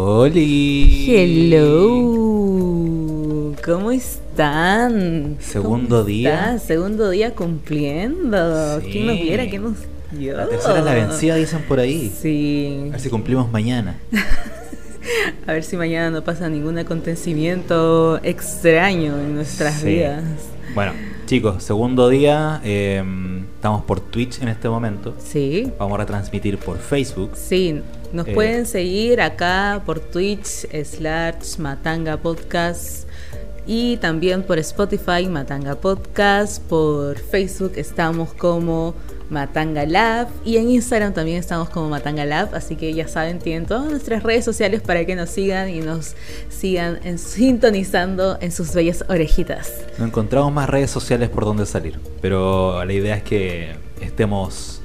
Oli. Hello. ¿Cómo están? Segundo ¿Cómo día. están? Segundo día cumpliendo. Sí. ¿Quién nos viera? ¿Quién nos dio? La tercera es la vencida, dicen por ahí. A Sí. ver si cumplimos mañana. A ver si mañana no pasa ningún acontecimiento extraño en nuestras Sí. vidas. Bueno, chicos, segundo día. eh, estamos por Twitch en este momento. Sí. Vamos a retransmitir por Facebook. Sí. Nos Eh. pueden seguir acá por Twitch, slash Matanga Podcast. Y también por Spotify, Matanga Podcast. Por Facebook estamos como Matanga Lab. Y en Instagram también estamos como Matanga Lab. Así que ya saben, tienen todas nuestras redes sociales para que nos sigan y nos sigan en- sintonizando en sus bellas orejitas. No encontramos más redes sociales por donde salir. Pero la idea es que estemos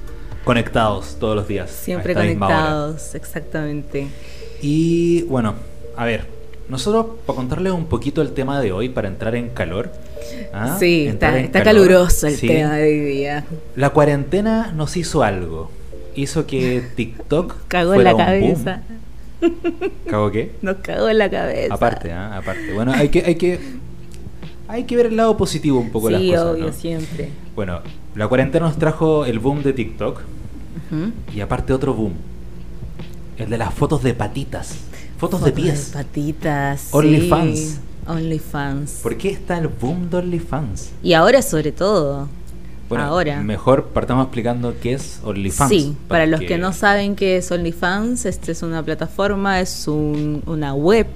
conectados todos los días. a Siempre esta misma hora. conectados, exactamente. Y bueno, a ver, nosotros para contarles un poquito el tema de hoy, para entrar en calor. ¿ah? Sí, Entrar está, en está calor, caluroso el sí. tema de hoy día. La cuarentena nos hizo algo. Hizo que TikTok Cagó en fuera la un boom. cabeza. ¿Cagó qué? Nos cagó en la cabeza. Aparte, ¿ah? aparte. Bueno, hay que, hay que hay que ver el lado positivo un poco de sí, las cosas. obvio, ¿no? siempre. Bueno, la cuarentena nos trajo el boom de TikTok Ujú. y aparte otro boom, el de las fotos de patitas, fotos, de Fotos pies. patitas. OnlyFans. sí. OnlyFans. ¿Por qué está el boom de OnlyFans? Y ahora sobre todo. ahora. Mejor partamos explicando qué es OnlyFans. Sí, para los que no saben qué es OnlyFans, esta es una plataforma, es un- una web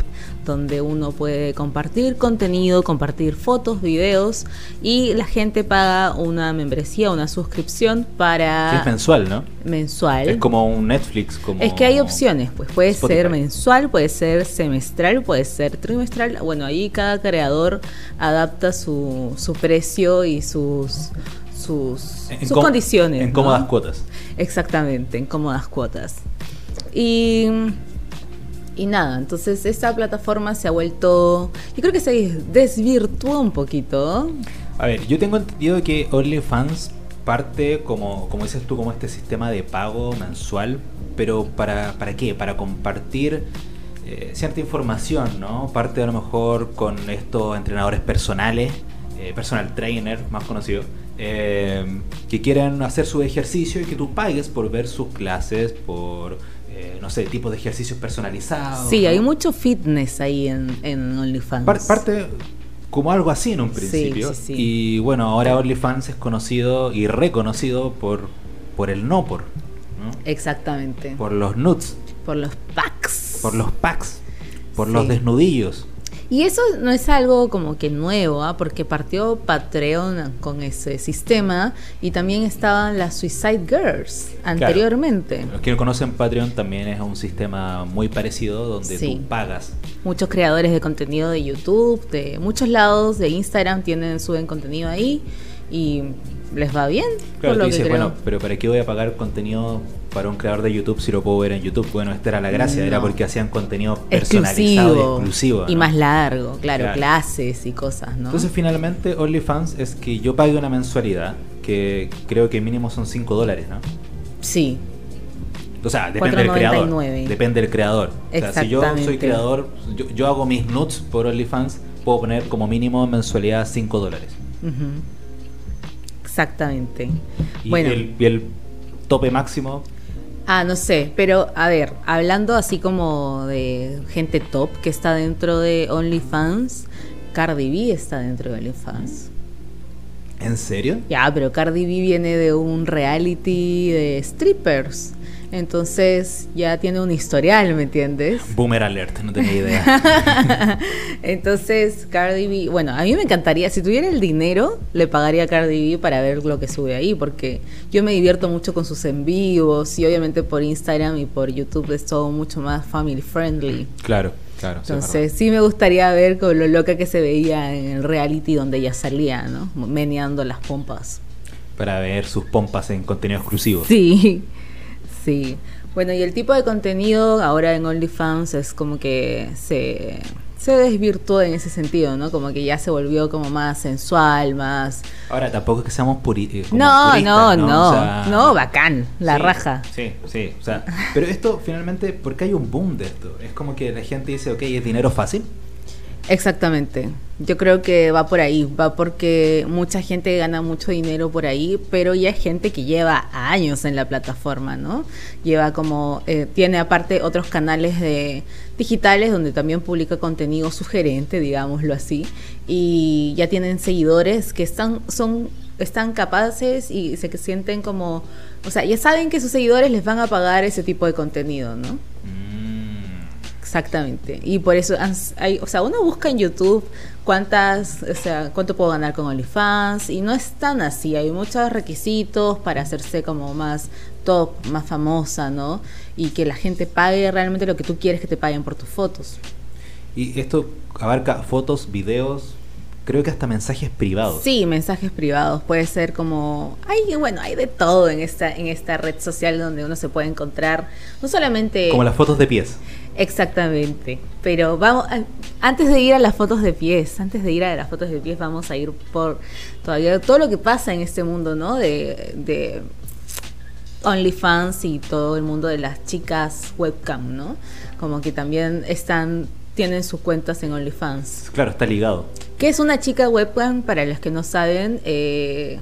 donde uno puede compartir contenido, compartir fotos, videos y la gente paga una membresía, una suscripción Que para es mensual, ¿no? mensual. Es como un Netflix. Como... Es que hay opciones, pues puede Spotify. ser mensual, puede ser semestral, puede ser trimestral. Bueno, ahí cada creador adapta su, su precio y sus, sus, En- en sus com- condiciones. En ¿no? cómodas cuotas. Exactamente, en cómodas cuotas. Y, y nada, entonces esta plataforma se ha vuelto, yo creo que se des- desvirtuó un poquito. A ver, yo tengo entendido que OnlyFans parte como, como dices tú, como este sistema de pago mensual, pero ¿para, para qué? Para compartir eh, cierta información, ¿no? Parte a lo mejor con estos entrenadores personales, eh, personal trainer más conocido, eh, que quieran hacer su ejercicio y que tú pagues por ver sus clases, por, eh, no sé, tipos de ejercicios personalizados. Sí, ¿no? hay mucho fitness ahí en, en OnlyFans. Ah, Par- parte como algo así en un Sí, principio. sí, sí. Y bueno, ahora OnlyFans es conocido y reconocido por, por el no por. ¿no? Exactamente. Por, Por los nudes, los packs. por los packs, por Sí. los desnudillos. Y eso no es algo como que nuevo, ¿ah? porque partió Patreon con ese sistema y también estaban las Suicide Girls anteriormente. Los que no conocen Patreon también es un sistema muy parecido donde Sí. tú pagas. Muchos creadores de contenido de YouTube, de muchos lados, de Instagram, tienen, suben contenido ahí y les va bien. Claro, por tú lo dices, que creo. bueno, pero ¿para qué voy a pagar contenido para un creador de YouTube si lo puedo ver en YouTube? Bueno, esta era la gracia, era No. porque hacían contenido personalizado exclusivo, y exclusivo. y ¿no? más largo, claro, Claro. clases y cosas, ¿no? Entonces finalmente OnlyFans es que yo pague una mensualidad que creo que mínimo son 5 dólares, ¿no? sí, O sea, depende del creador. 4.99. Depende del creador. O sea, si yo soy Exactamente. creador, yo, yo hago mis nudes por OnlyFans, puedo poner como mínimo mensualidad 5 dólares. ujú. exactamente. Y, bueno, el, y el tope máximo, Ah, no sé, pero a ver, hablando así como de gente top que está dentro de OnlyFans, Cardi B está dentro de OnlyFans. ¿en serio? Ya, pero Cardi B viene de un reality de strippers. Entonces ya tiene un historial, ¿me entiendes? Boomer alert, no tenía idea. Entonces Cardi B, bueno, a mí me encantaría, si tuviera el dinero, le pagaría a Cardi B para ver lo que sube ahí, porque yo me divierto mucho con sus en vivos y obviamente por Instagram y por YouTube es todo mucho más family friendly. claro, claro. sí, es Entonces sí me gustaría ver con lo loca que se veía en el reality donde ella salía, ¿no? Meneando las pompas. verdad. Para ver sus pompas en contenido exclusivo. Sí, sí. Bueno, y el tipo de contenido ahora en OnlyFans es como que se se desvirtuó en ese sentido, ¿no? Como que ya se volvió como más sensual, más... Ahora, tampoco es que seamos puri eh, como No, no, puristas, no, O sea, no, bacán, la sí, raja. Sí, sí. O sea, pero esto finalmente, ¿por qué hay un boom de esto? Es como que la gente dice, ok, es dinero fácil. Exactamente. Yo creo que va por ahí, va porque mucha gente gana mucho dinero por ahí, pero ya es gente que lleva años en la plataforma, ¿no? Lleva como, eh, tiene aparte otros canales de digitales donde también publica contenido sugerente, digámoslo así, y ya tienen seguidores que están, son, están capaces y se que sienten como, o sea, ya saben que sus seguidores les van a pagar ese tipo de contenido, ¿no? Mm, Exactamente. Y por eso, han- hay, o sea, uno busca en YouTube cuántas, o sea, cuánto puedo ganar con OnlyFans y no es tan así. Hay muchos requisitos para hacerse como más top, más famosa, ¿no? Y que la gente pague realmente lo que tú quieres que te paguen por tus fotos. Y esto abarca fotos, videos, creo que hasta mensajes privados. Sí, mensajes privados. Puede ser como, hay, bueno, hay de todo en esta, en esta red social donde uno se puede encontrar no solamente Como las fotos de pies. Exactamente. Pero vamos, a- antes de ir a las fotos de pies, antes de ir a las fotos de pies, vamos a ir por todavía todo lo que pasa en este mundo, ¿no? De, de OnlyFans y todo el mundo de las chicas webcam, ¿no? Como que también están, tienen sus cuentas en OnlyFans. Claro, está ligado. ¿Qué es una chica webcam? Para los que no saben, eh,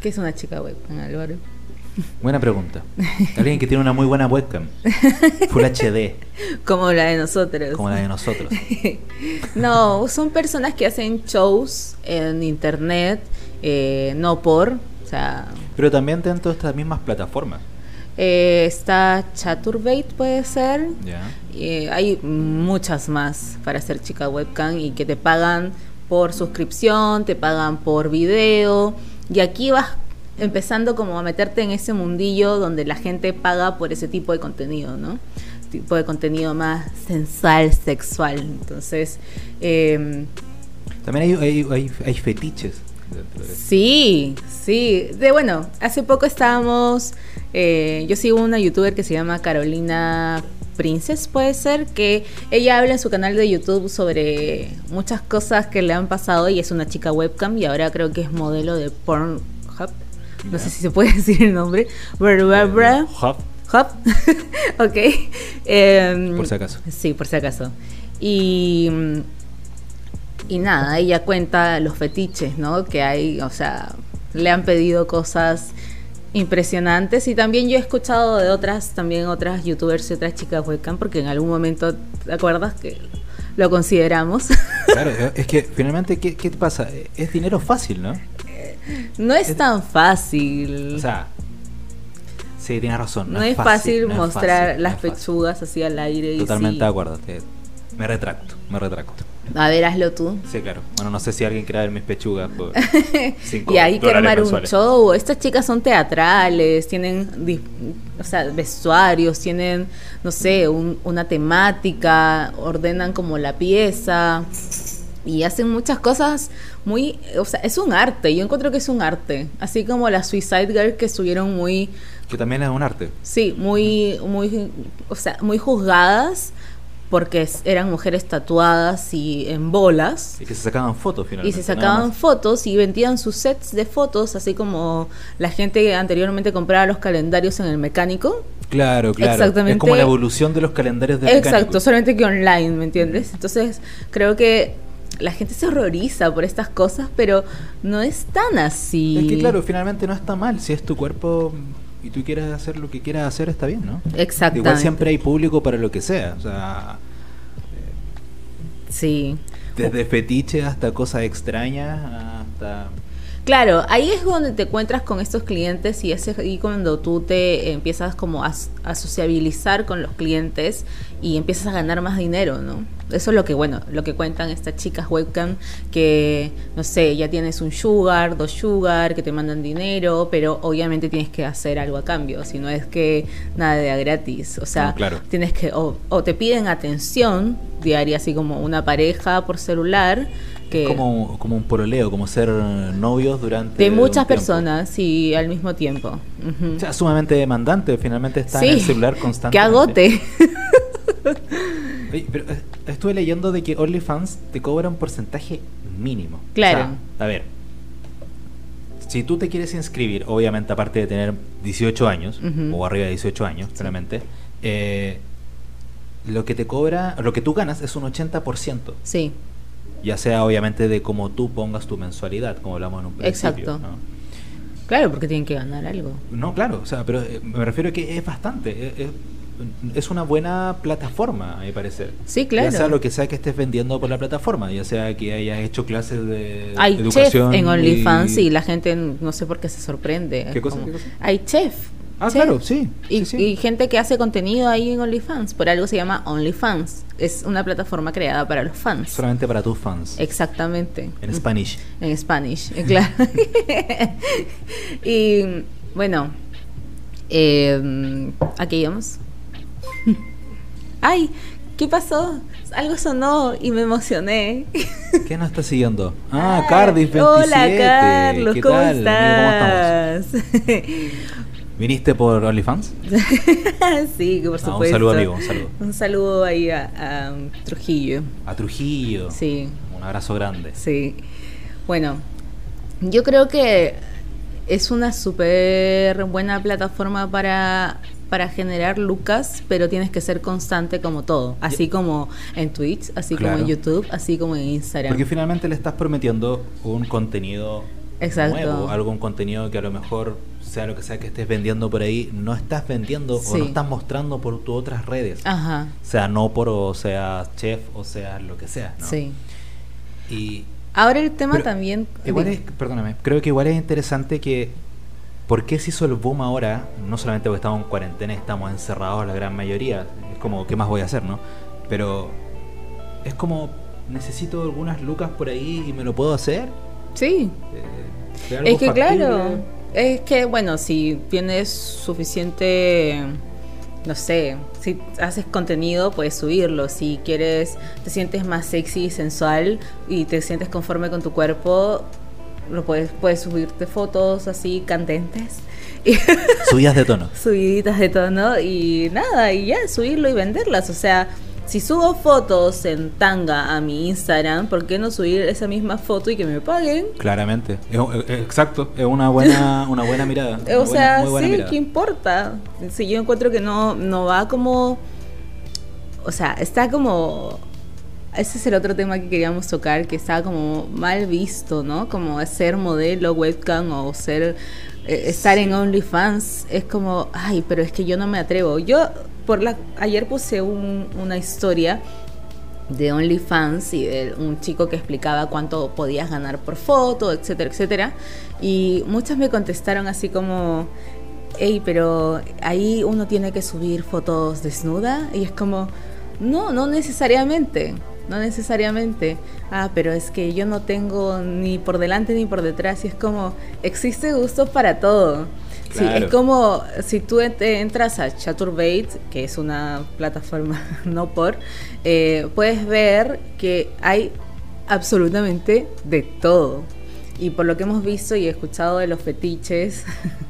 ¿qué es una chica webcam, Álvaro? Buena pregunta. Alguien que tiene una muy buena webcam. Full HD, Como la de nosotros. como la de nosotros. No, son personas que hacen shows en internet, eh, no por. O sea, Pero también dentro de estas mismas plataformas. eh, está Chaturbate, puede ser. Ya. Eh, hay muchas más para ser chica webcam y que te pagan por suscripción, te pagan por video. Y aquí vas empezando como a meterte en ese mundillo donde la gente paga por ese tipo de contenido, ¿no? Tipo de contenido más sensual, sexual. Entonces, em, También hay, hay, hay- hay fetiches dentro de esto. Sí, sí. De bueno, hace poco estábamos. eh, yo sigo una youtuber que se llama Carolina Princess, puede ser, que ella habla en su canal de YouTube sobre muchas cosas que le han pasado y es una chica webcam y ahora creo que es modelo de Pornhub. Ya. No sé si se puede decir el nombre. Barbara Hub, Hub. ok. Em, por si acaso. Sí, por si acaso. Y, mm, y nada, ella cuenta los fetiches, ¿no? Que hay, o sea, le han pedido cosas impresionantes y también yo he escuchado de otras, también otras youtubers y otras chicas webcam, porque en algún momento, ¿te acuerdas que lo consideramos? Claro, es que finalmente, ¿qué, qué pasa? E, Es dinero fácil, ¿no? no es tan fácil. O sea, sí, tienes razón. no, es fácil, no es mostrar fácil, no las es fácil. pechugas así al aire. Y Totalmente sí. de acuerdo. te- me retracto, me retracto. A ver, hazlo tú. Sí, claro. Bueno, no sé si alguien quiere ver mis pechugas por cinco Y hay que dólares armar un mensuales. show. Estas chicas son teatrales, tienen dis- o sea, vestuarios, tienen, no sé, un- una temática, ordenan como la pieza y hacen muchas cosas muy, o sea, es un arte, yo encuentro que es un arte, así como las Suicide Girls que estuvieron muy, Que también es un arte. sí, muy, muy, o sea, muy juzgadas porque es- eran mujeres tatuadas y en bolas. Y que se sacaban fotos finalmente. Y se nada sacaban más. fotos y vendían sus sets de fotos, así como la gente que anteriormente compraba los calendarios en el mecánico. Claro, claro. Es Exactamente. como la evolución de los calendarios de Exacto, solamente que online, ¿me entiendes? Entonces creo que la gente se horroriza por estas cosas, pero no es tan así. Es que claro, finalmente no está mal. Si es tu cuerpo y tú quieres hacer lo que quieras hacer, está bien, ¿no? Exactamente. Igual siempre hay público para lo que sea. O sea, Sí. Oh. desde fetiches hasta cosas extrañas, hasta... Claro, ahí es donde te encuentras con estos clientes y es ahí cuando tú te empiezas como a, s- a sociabilizar con los clientes y empiezas a ganar más dinero, ¿no? Eso es lo que, bueno, lo que cuentan estas chicas webcam que, no sé, ya tienes un sugar, dos sugar, que te mandan dinero, pero obviamente tienes que hacer algo a cambio, si no es que nada de a gratis, o sea, No, claro. tienes que, o, o te piden atención diaria, así como una pareja por celular, que... Es como, como un pololeo, como ser novios durante... De muchas un tiempo. personas y al mismo tiempo. Ujú. O sea, sumamente demandante, finalmente está en el celular Que constantemente. agote. Oye, pero eh, estuve leyendo de que OnlyFans te cobra un porcentaje mínimo. Claro. O sea, a ver. Si tú te quieres inscribir, obviamente aparte de tener 18 años, Ujú. o arriba de 18 años solamente, eh, lo que te cobra, lo que tú ganas es un 80%, Sí, ya sea obviamente de cómo tú pongas tu mensualidad, como hablamos en un principio. Exacto. ¿no? claro, porque tienen que ganar algo. No, claro, o sea, pero eh, me refiero a que es bastante. eh, Es, es una buena plataforma, a mi parecer. Sí, claro. Ya sea lo que sea que estés vendiendo por la plataforma, ya sea que hayas hecho clases de Hay chef Eh, educación. en y- OnlyFans y la gente no sé por qué se sorprende. ¿Qué cosa, Como, qué cosa? Hay chef. Ah, chef. claro, sí, Y, sí, sí. y gente que hace contenido ahí en OnlyFans. Por algo se llama OnlyFans. Es una plataforma creada para los fans. Solamente para tus fans. Exactamente. en Spanish. En Spanish, eh, claro. y bueno, eh, aquí íbamos. ¡Ay! ¿Qué pasó? Algo sonó y me emocioné. ¿Quién nos está siguiendo? Ah, Ay, Cardiff 27. Hola, Carlos, ¿Qué ¿cómo tal, amigo? ¿Cómo estás? estamos? ¿Viniste por OnlyFans? sí, por Ah, supuesto. un saludo, amigo, un saludo. Un saludo ahí a, a, um, Trujillo. A Trujillo. Sí. Un abrazo grande. Sí. Bueno, yo creo que es una súper buena plataforma para, para generar lucas, pero tienes que ser constante como todo. Así como en Twitch, así como Claro. en YouTube, así como en Instagram. Porque finalmente le estás prometiendo un contenido Exacto. nuevo, algún contenido que a lo mejor sea lo que sea que estés vendiendo por ahí, no estás vendiendo o Sí. Ah. no estás mostrando por tus otras redes. Ajá, Sea no por o sea chef o sea lo que sea. ¿no? sí. Y Ahora el tema Pero también... igual es, dime. perdóname, creo que igual es interesante que ¿por qué se hizo el boom ahora? No solamente porque estamos en cuarentena, estamos encerrados la gran mayoría, es como ¿qué más voy a hacer, no? Pero es como necesito algunas lucas por ahí y me lo puedo hacer. Sí, Eh, algo Es que factible. claro, es que bueno, si tienes suficiente, no sé, si haces contenido, puedes subirlo. Si quieres, te sientes más sexy y sensual y te sientes conforme con tu cuerpo, lo puedes, puedes subirte fotos así candentes, Subidas de tono. subiditas de tono y nada, y ya, subirlo y venderlas. O sea, si subo fotos en tanga a mi Instagram, ¿por qué no subir esa misma foto y que me paguen? Claramente. Es un- eh, eh, exacto. Es una buena, una buena mirada. una O buena- sea, muy buena sí, mirada. ¿qué importa? Si yo encuentro que no, no va como... O sea, está como... Ese es el otro tema que queríamos tocar, que está como mal visto, ¿no? Como ser modelo, webcam o ser... eh, estar en OnlyFans es como, ay, pero es que yo no me atrevo. Yo, por la... Ayer puse un- una historia de OnlyFans y de un chico que explicaba cuánto podías ganar por foto, etcétera, etcétera. Y muchas me contestaron así como, hey, pero ahí uno tiene que subir fotos desnuda. Y es como, no, no necesariamente, no necesariamente. Ah, pero es que yo no tengo ni por delante ni por detrás. Y es como, existe gusto para todo. Sí, es Claro. como si tú en- te entras a Chaturbate, que es una plataforma no por, eh, puedes ver que hay absolutamente de todo. Y por lo que hemos visto y escuchado de los fetiches,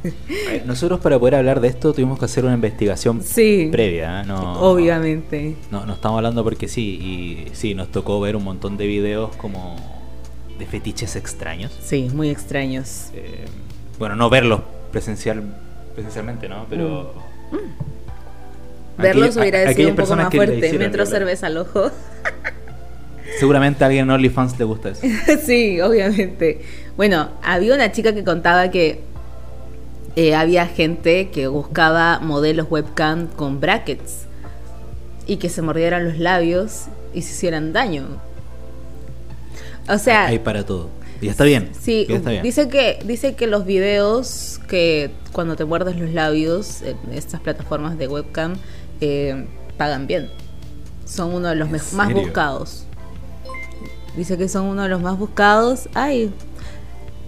Eh, Nosotros para poder hablar de esto tuvimos que hacer una investigación sí, previa. ¿eh? No, obviamente. No, no estamos hablando porque sí. Y sí, nos tocó ver un montón de videos como de fetiches extraños. Sí, muy extraños. Eh, bueno, no verlos presencial, presencialmente, ¿no? Pero... Verlos Aquella- Mm. hubiera a- sido aquellas un poco personas más que le fuerte. hicieron, Me entró claro. cerveza al ojo. Seguramente a alguien en OnlyFans le gusta eso. sí, obviamente. Bueno, había una chica que contaba que eh, había gente que buscaba modelos webcam con brackets y que se mordieran los labios y se hicieran daño. O sea, Hay para todo. Y está bien. Sí, uh, ya está bien. dice que dice que los videos que cuando te muerdes los labios en estas plataformas de webcam eh, pagan bien. Son uno de los ¿En mej- más serio? buscados. Dice que son uno de los más buscados. Ay,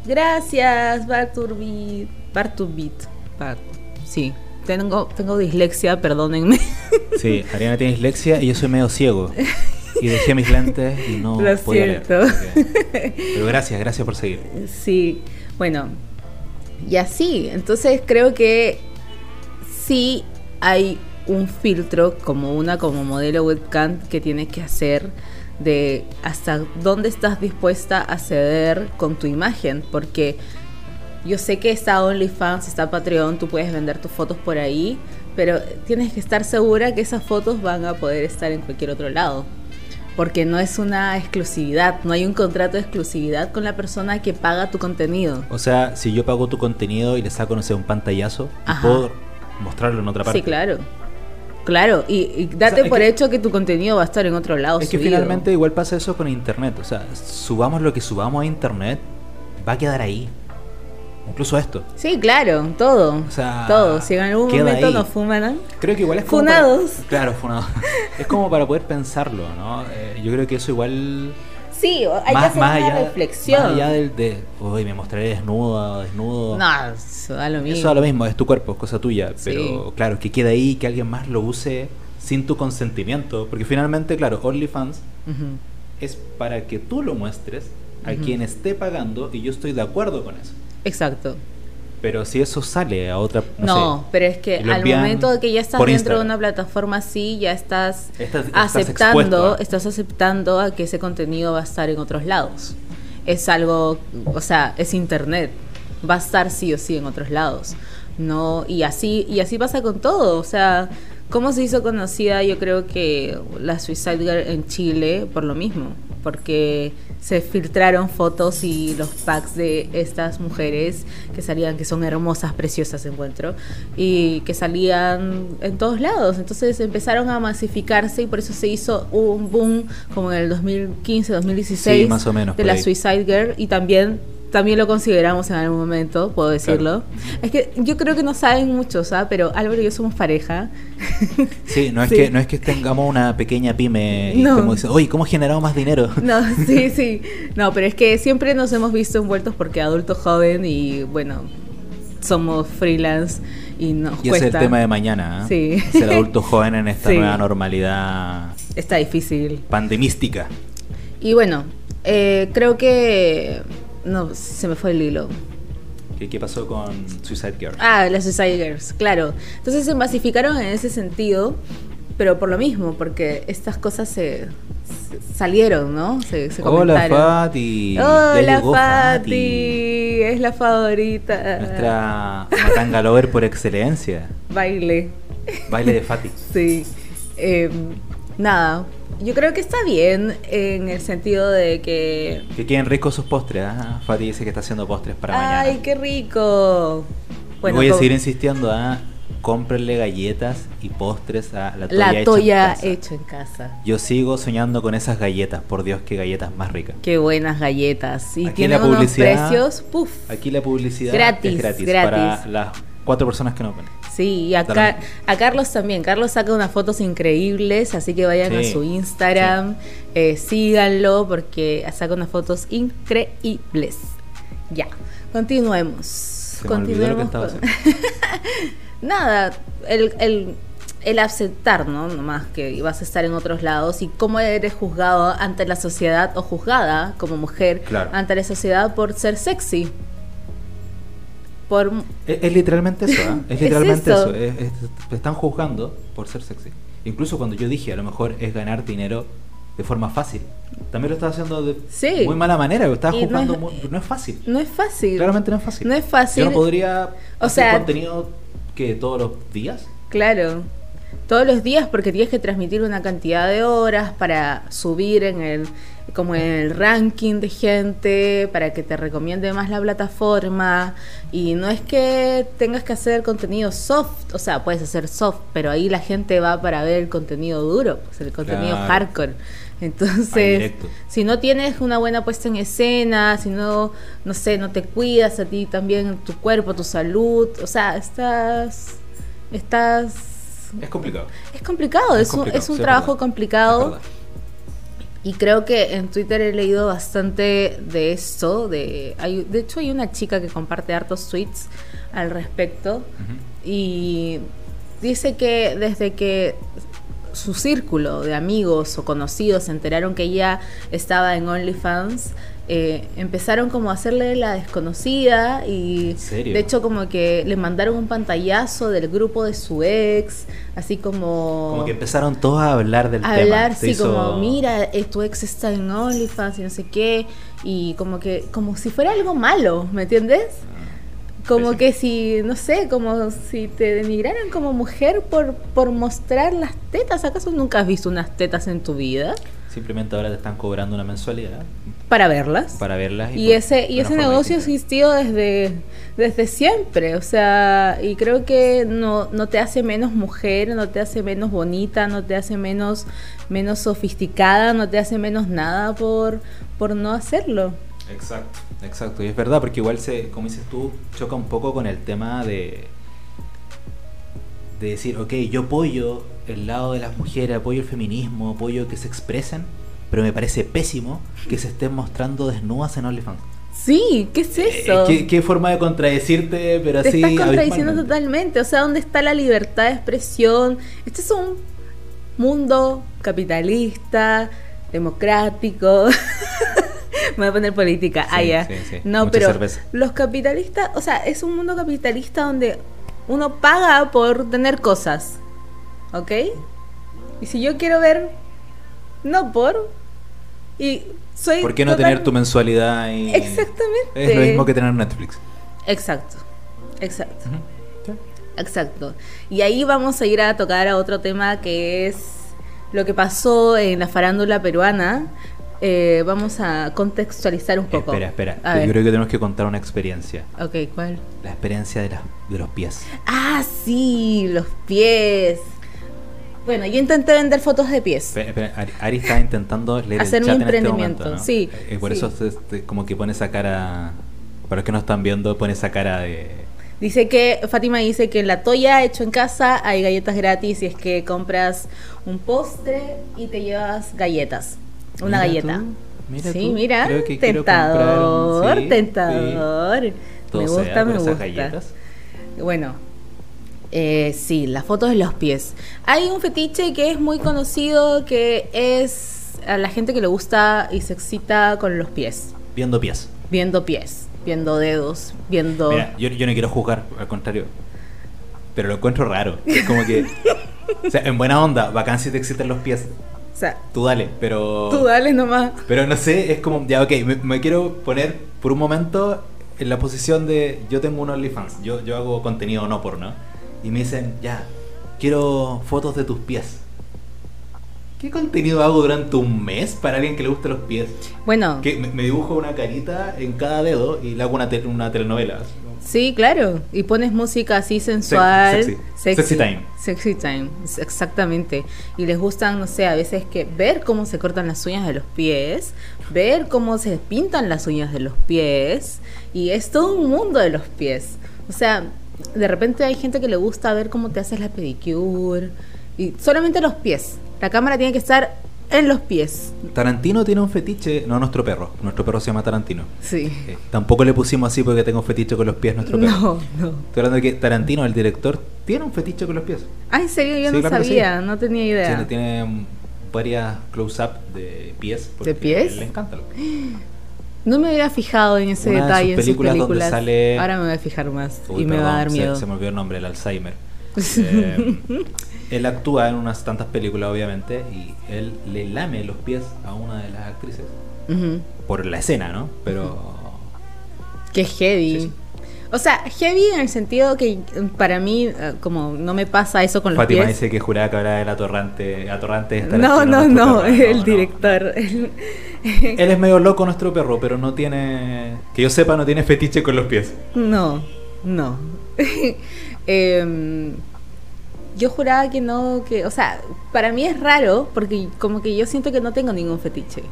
gracias Barturbit, Barturbit, Bart- Sí, tengo tengo dislexia, perdónenme. Sí, Ariana tiene dislexia y yo soy medio ciego. Y dejé mis lentes y no Lo podía leer. siento. Ok. Pero gracias, gracias por seguir. Sí, bueno, y así, entonces creo que sí hay un filtro como una como modelo webcam que tienes que hacer de hasta dónde estás dispuesta a ceder con tu imagen, porque yo sé que está OnlyFans, está Patreon, tú puedes vender tus fotos por ahí, pero tienes que estar segura que esas fotos van a poder estar en cualquier otro lado. Porque no es una exclusividad, no hay un contrato de exclusividad con la persona que paga tu contenido. O sea, si yo pago tu contenido y le saco, no sé, un pantallazo, Ajá. puedo mostrarlo en otra parte. Sí, claro. Claro, y, y date O sea, es por que- hecho que tu contenido va a estar en otro lado. Es que subido. finalmente igual pasa eso con internet. O sea, subamos lo que subamos a internet, va a quedar ahí. Incluso esto. Sí, claro, todo. O sea, todo. Si en algún queda momento ahí. nos fuman, Creo que igual es como Funados. para- claro, funados. es como para poder pensarlo, ¿no? Eh, yo creo que eso igual. Sí, hay que hacer una reflexión. Más allá del de. Uy, me mostraré desnuda, desnudo. No, eso da lo mismo. Eso es lo mismo, es tu cuerpo, es cosa tuya. Sí. Pero claro, que quede ahí, que alguien más lo use sin tu consentimiento. Porque finalmente, claro, OnlyFans Ujú. es para que tú lo muestres a Ujú. quien esté pagando y yo estoy de acuerdo con eso. Exacto. Pero si eso sale a otra. No, No, pero es que Y lo al envían momento de que ya estás por dentro de Instagram. una plataforma así, ya estás, sé, estás- estás aceptando, expuesto a- estás aceptando a que ese contenido va a estar en otros lados. Es algo, o sea, es internet, va a estar sí o sí en otros lados. No, y así y así pasa con todo, o sea, cómo se hizo conocida, yo creo que la Suicide Girl en Chile por lo mismo, porque se filtraron fotos y los packs de estas mujeres que salían que son hermosas, preciosas encuentro y que salían en todos lados, entonces empezaron a masificarse y por eso se hizo un boom como en el 2015, 2016 Sí, más o menos, de por la ahí. Suicide Girl y también también lo consideramos en algún momento, puedo decirlo. Es que yo creo que no saben mucho, ¿sabes? Pero Álvaro y yo somos pareja. Sí, no es, Sí. Que, no es que tengamos una pequeña pyme y No. como dicen, oye, ¿cómo generamos más dinero? No, sí, sí. No, pero es que siempre nos hemos visto envueltos porque adulto joven y bueno, somos freelance y nos Y ese es cuesta. el tema de mañana. ¿eh? Sí. Es el adulto joven en esta Sí. nueva normalidad Está difícil. pandemística. Y bueno, eh, creo que no se me fue el hilo. ¿Qué, qué pasó con Suicide Girl? Ah, las Suicide Girls, claro. Entonces se masificaron en ese sentido, pero por lo mismo, porque estas cosas se, se salieron, ¿no? Se, se Hola, comentaron. Fati. Ya Hola, llegó Fati. Es la favorita. Nuestra matanga lover por excelencia. Baile, Baile de Fati. sí. Em, nada, yo creo que está bien en el sentido de que... Que queden ricos sus postres. ¿ah? Fati dice que está haciendo postres para ¡Ay, mañana. qué rico! Y voy a como- seguir insistiendo a cómprenle galletas y postres a la toya. la hecha en toya casa. hecha en casa. Yo sigo soñando con esas galletas. Por Dios, qué galletas más ricas. Qué buenas galletas. Y Aquí tiene la unos publicidad- precios, puf. Aquí la publicidad Gratis, es gratis, gratis. para las cuatro personas que nos ven. Sí, y a, Da lo Ca- mismo. a Carlos también. Carlos saca unas fotos increíbles, así que vayan a Sí, su Instagram, eh, síganlo porque saca unas fotos increíbles. Ya, continuemos. Se me olvidó lo que estaba con- haciendo. Nada, el, el, el aceptar, ¿no? Nomás que vas a estar en otros lados y cómo eres juzgado ante la sociedad o juzgada como mujer Claro. ante la sociedad por ser sexy. Por, Es, es literalmente eso, ¿ah? Es Es literalmente eso. eso. Es- es- te están juzgando por ser sexy. Incluso cuando yo dije, a lo mejor es ganar dinero de forma fácil. También lo estaba haciendo de Sí. muy mala manera. Lo estaba Y no juzgando. es- muy- No es, fácil. no es fácil. Claramente no es fácil. No es fácil. Yo no podría O hacer sea- contenido que todos los días. Claro. Todos los días porque tienes que transmitir una cantidad de horas para subir en el como en el ranking de gente, para que te recomiende más la plataforma y no es que tengas que hacer contenido soft, o sea, puedes hacer soft, pero ahí la gente va para ver el contenido duro, pues, el contenido Claro. hardcore. Ahí Entonces, directo. si no tienes una buena puesta en escena, si no, no sé, no te cuidas a ti también, tu cuerpo, tu salud, o sea, estás, estás, Es complicado. es complicado, es, Es un, complicado, es un sí, es trabajo verdad. Es complicado verdad. y creo que en Twitter he leído bastante de esto, de, hay, de hecho hay una chica que comparte hartos tweets al respecto Ujú. y dice que desde que su círculo de amigos o conocidos se enteraron que ella estaba en OnlyFans, eh, empezaron como a hacerle la desconocida y ¿En serio? de hecho como que le mandaron un pantallazo del grupo de su ex, así como... Como que empezaron todos a hablar del tema. hablar, Se sí, hizo- como, mira, eh, tu ex está en OnlyFans y no sé qué, y como que, como si fuera algo malo, ¿me entiendes? Ah, Como Pésimo. que si, no sé, como si te denigraran como mujer por, por mostrar las tetas. ¿Acaso nunca has visto unas tetas en tu vida? Simplemente ahora te están cobrando una mensualidad Para verlas. para verlas. y por- ese, de y una ese forma negocio distinta. existió desde, desde siempre, o sea, y creo que no, no te hace menos mujer, no te hace menos bonita, no te hace menos, menos sofisticada, no te hace menos nada por, por no hacerlo. Exacto, exacto. Y es verdad, porque igual, se, como dices tú, choca un poco con el tema de, de decir, ok, yo apoyo el lado de las mujeres, apoyo el feminismo, apoyo que se expresen, pero me parece pésimo que se estén mostrando desnudas en OnlyFans. Sí, ¿qué es Eh, eso? ¿Qué, qué forma de contradecirte, pero Te así. estás contradiciendo abismalmente? totalmente. O sea, ¿dónde está la libertad de expresión? Este es un mundo capitalista, democrático. Me voy a poner política. ah, Sí, ya. sí, sí. No, Mucha pero cerveza. los capitalistas, o sea, es un mundo capitalista donde uno paga por tener cosas. ¿Ok? Y si yo quiero ver, no por. Y soy. ¿Por qué no total- tener tu mensualidad? Y... Exactamente. Es lo mismo que tener Netflix. Exacto. Exacto. Ujú. Sí. Exacto. Y ahí vamos a ir a tocar a otro tema que es lo que pasó en la farándula peruana. Eh, vamos a contextualizar un poco. Espera, espera. A Yo ver. creo que tenemos que contar una experiencia. Ok, ¿cuál? La experiencia de, las- de los pies. Ah, sí, los pies. Bueno, yo intenté vender fotos de pies. Espera, espera, Ari, Ari está intentando leer Hacer el un chat emprendimiento, en este momento, ¿no? sí, Eh, por sí. eso se- se- como que pone esa cara. Para los que no están viendo, pone esa cara de. Dice que, Fátima dice que en la toya hecho en casa hay galletas gratis y es que compras un postre y te llevas galletas. Mira Una galleta. tú, mira sí, tú, mira, creo que quiero tentador, comprar un- sí, tentador. Todo me sea gusta, por me esas gusta. galletas. Bueno, eh, sí, las fotos de los pies. Hay un fetiche que es muy conocido que es a la gente que le gusta y se excita con los pies, Viendo pies. viendo pies, viendo dedos, viendo... Mira, yo, yo no quiero juzgar, al contrario. Pero lo encuentro raro. Es como que. o sea, en buena onda, bacán si te excitan los pies. O sea, Tú dale, pero. tú dale nomás. Pero no sé, es como. Ya, ok, me, me quiero poner por un momento en la posición de. Yo tengo un OnlyFans, yo, yo hago contenido no porno. Y me dicen, ya, quiero fotos de tus pies. ¿Qué contenido hago durante un mes para alguien que le guste los pies? Bueno, Que me, me dibujo una carita en cada dedo y le hago una, tel- una telenovela. sí, claro. Y pones música así sensual. sexy. Sexy time. Sexy time, s- exactamente. Y les gustan, no sé, a veces que ver cómo se cortan las uñas de los pies, ver cómo se pintan las uñas de los pies. Y es todo un mundo de los pies. O sea, de repente hay gente que le gusta ver cómo te haces la pedicure. Y solamente los pies. La cámara tiene que estar en los pies. Tarantino tiene un fetiche, no nuestro perro, nuestro perro se llama Tarantino. Sí. Eh, tampoco le pusimos así porque tengo un fetiche con los pies nuestro perro. No, no. Estoy hablando de que Tarantino, el director, tiene un fetiche con los pies. Ah, en serio, yo Sí, no claro que sí. sabía, no tenía idea. Tiene, tiene, mm, varias close-up de pies. porque ¿De pies? a él Le encanta. No me hubiera fijado en ese Una de sus detalle en sus películas donde películas. sale- Ahora me voy a fijar más Uy, y me va a perdón, dar se- miedo. Se, me olvidó el nombre, el Alzheimer. Eh, él actúa en unas tantas películas, obviamente, y él le lame los pies a una de las actrices. Ujú. Por la escena, ¿no? Pero... Qué heavy. Sí, sí. O sea, heavy en el sentido que eh, para mí, eh, como no me pasa eso con los Fátima pies. dice que juraba que hablaba del atorrante. atorrante es no, Tarantino, no, nuestro no, perro. el no. director. el- Él es medio loco nuestro perro, pero no tiene... Que yo sepa, no tiene fetiche con los pies. No, no. Em, yo juraba que no, que, o sea, para mí es raro porque como que yo siento que no tengo ningún fetiche.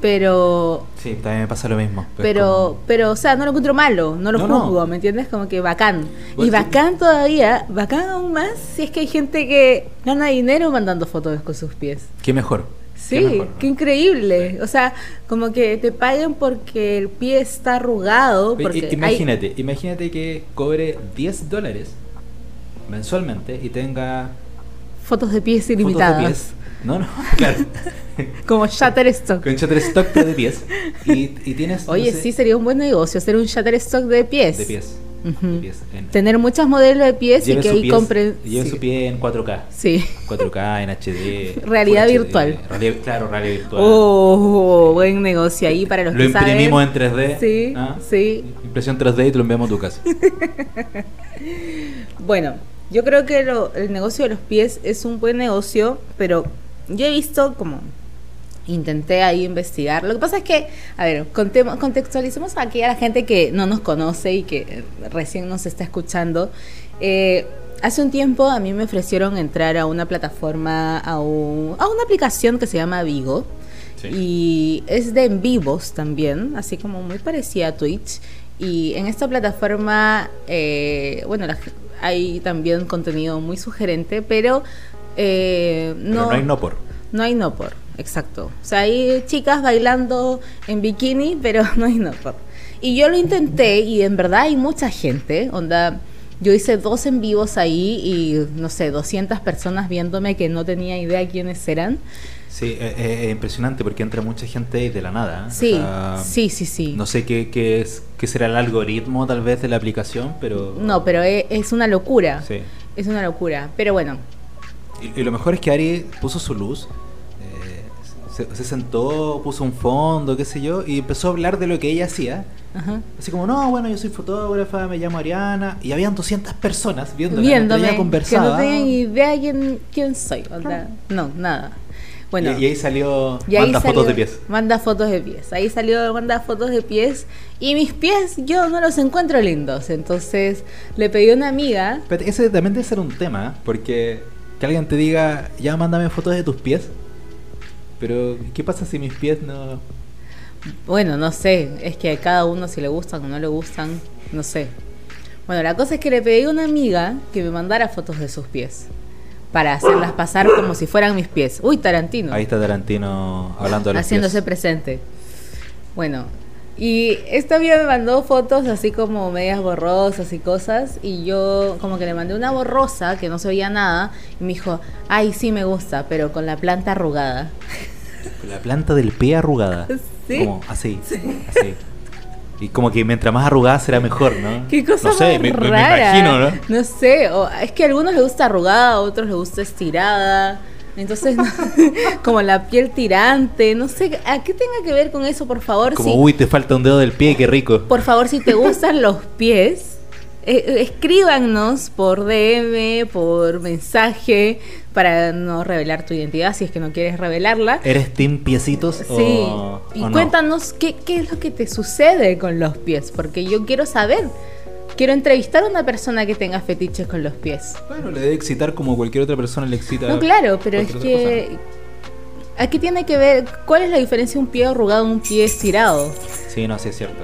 Pero Sí, también me pasa lo mismo. Es Pero, como- pero, o sea, no lo encuentro malo, no lo No, no. juzgo, ¿me entiendes? Como que bacán. Pues y sí. bacán todavía, bacán aún más si es que hay gente que gana dinero mandando fotos con sus pies. ¿Qué mejor? Sí, ¿Qué qué, mejor, no? increíble. O sea, como que te paguen porque el pie está arrugado. Oye, Porque i- hay- imagínate, imagínate que cobre 10 dólares mensualmente y tenga Fotos de pies Fotos de ilimitadas. pies. No, no, claro. Como Shutterstock. Con Shutterstock pero de pies. Y, y tienes. no Oye, sé, sí sería un buen negocio hacer un Shutterstock de pies. De pies. Ujú. de pies. En- Tener muchas modelos de pies lleven y que su ahí pies- compren. lleven sí. su pie en 4K. Sí. 4K en HD. Realidad Full HD, virtual. realidad- claro, realidad virtual. Oh, buen negocio ahí para los lo que saben. imprimimos en 3D. Sí, ¿ah? sí. Impresión 3D y te lo enviamos a tu casa. Bueno, yo creo que lo- el negocio de los pies es un buen negocio, pero yo he visto como intenté ahí investigar. Lo que pasa es que, a ver, contemos- contextualicemos aquí a la gente que no nos conoce y que eh, recién nos está escuchando. Eh, hace un tiempo a mí me ofrecieron entrar a una plataforma, a, un- a una aplicación que se llama Vigo. Y es de en vivos también, así como muy parecida a Twitch. Y en esta plataforma, eh, bueno, la- hay también contenido muy sugerente, pero eh, Pero no. no, hay no por. no hay no por, exacto. O sea, hay chicas bailando en bikini, pero no hay no por. Y yo lo intenté y en verdad hay mucha gente, onda, yo hice dos en vivos ahí y no sé, 200 personas viéndome que no tenía idea quiénes eran. Sí, eh, es impresionante porque entra mucha gente y de la nada. ¿eh? O Sí, sea, sí, sí, sí. No sé qué, qué, es, qué será el algoritmo tal vez de la aplicación, pero... No, pero e- es una locura. Sí. Es una locura. Pero bueno, Y, y lo mejor es que Ari puso su luz, eh, se, se sentó, puso un fondo, qué sé yo, y empezó a hablar de lo que ella hacía. ajá. Así como, no, bueno, yo soy fotógrafa, me llamo Ariana, y habían 200 personas viéndola. mientras viéndome, ella que no conversaba. tengan idea quién, quién soy. o sea, No, nada. Bueno, y, y ahí salió, y ahí manda salió- fotos de pies. Manda fotos de pies. Ahí salió, manda fotos de pies. Y mis pies yo no los encuentro lindos. Entonces le pedí a una amiga. Espérate, Ese también debe ser un tema, ¿eh? porque que alguien te diga, ya mándame fotos de tus pies. Pero, ¿qué pasa si mis pies no...? Bueno, no sé, es que a cada uno si le gustan o no le gustan, no sé. Bueno, la cosa es que le pedí a una amiga que me mandara fotos de sus pies para hacerlas pasar como si fueran mis pies. Uy, Tarantino, Ahí está Tarantino hablando de los haciéndose pies. presente. Bueno, y esta amiga me mandó fotos así como medias borrosas y cosas y yo como que le mandé una borrosa que no se veía nada y me dijo, "Ay, sí me gusta, pero con la planta arrugada." La planta del pie arrugada. Sí. Como así, así. Y como que mientras más arrugada será mejor, ¿no? Qué cosa No sé, más me, me- me rara. imagino, ¿no? No sé, o- es que a algunos les gusta arrugada, a otros les gusta estirada. Entonces, no- como la piel tirante, no sé, ¿a qué tenga que ver con eso, por favor? Como, si, uy, te falta un dedo del pie, qué rico. Por favor, si te gustan los pies, eh, eh, escríbanos por DM, por mensaje, para no revelar tu identidad si es que no quieres revelarla. ¿Eres team piecitos Sí, Eh, o, y o no? cuéntanos qué, qué es lo que te sucede con los pies, porque yo quiero saber. Quiero entrevistar a una persona que tenga fetiches con los pies. Bueno, le debe excitar como cualquier otra persona le excita. No, claro, pero es cualquier otra cosa, que... ¿A qué tiene que ver? ¿Cuál es la diferencia de un pie arrugado y un pie estirado? ¿no? Sí, no, sí es cierto.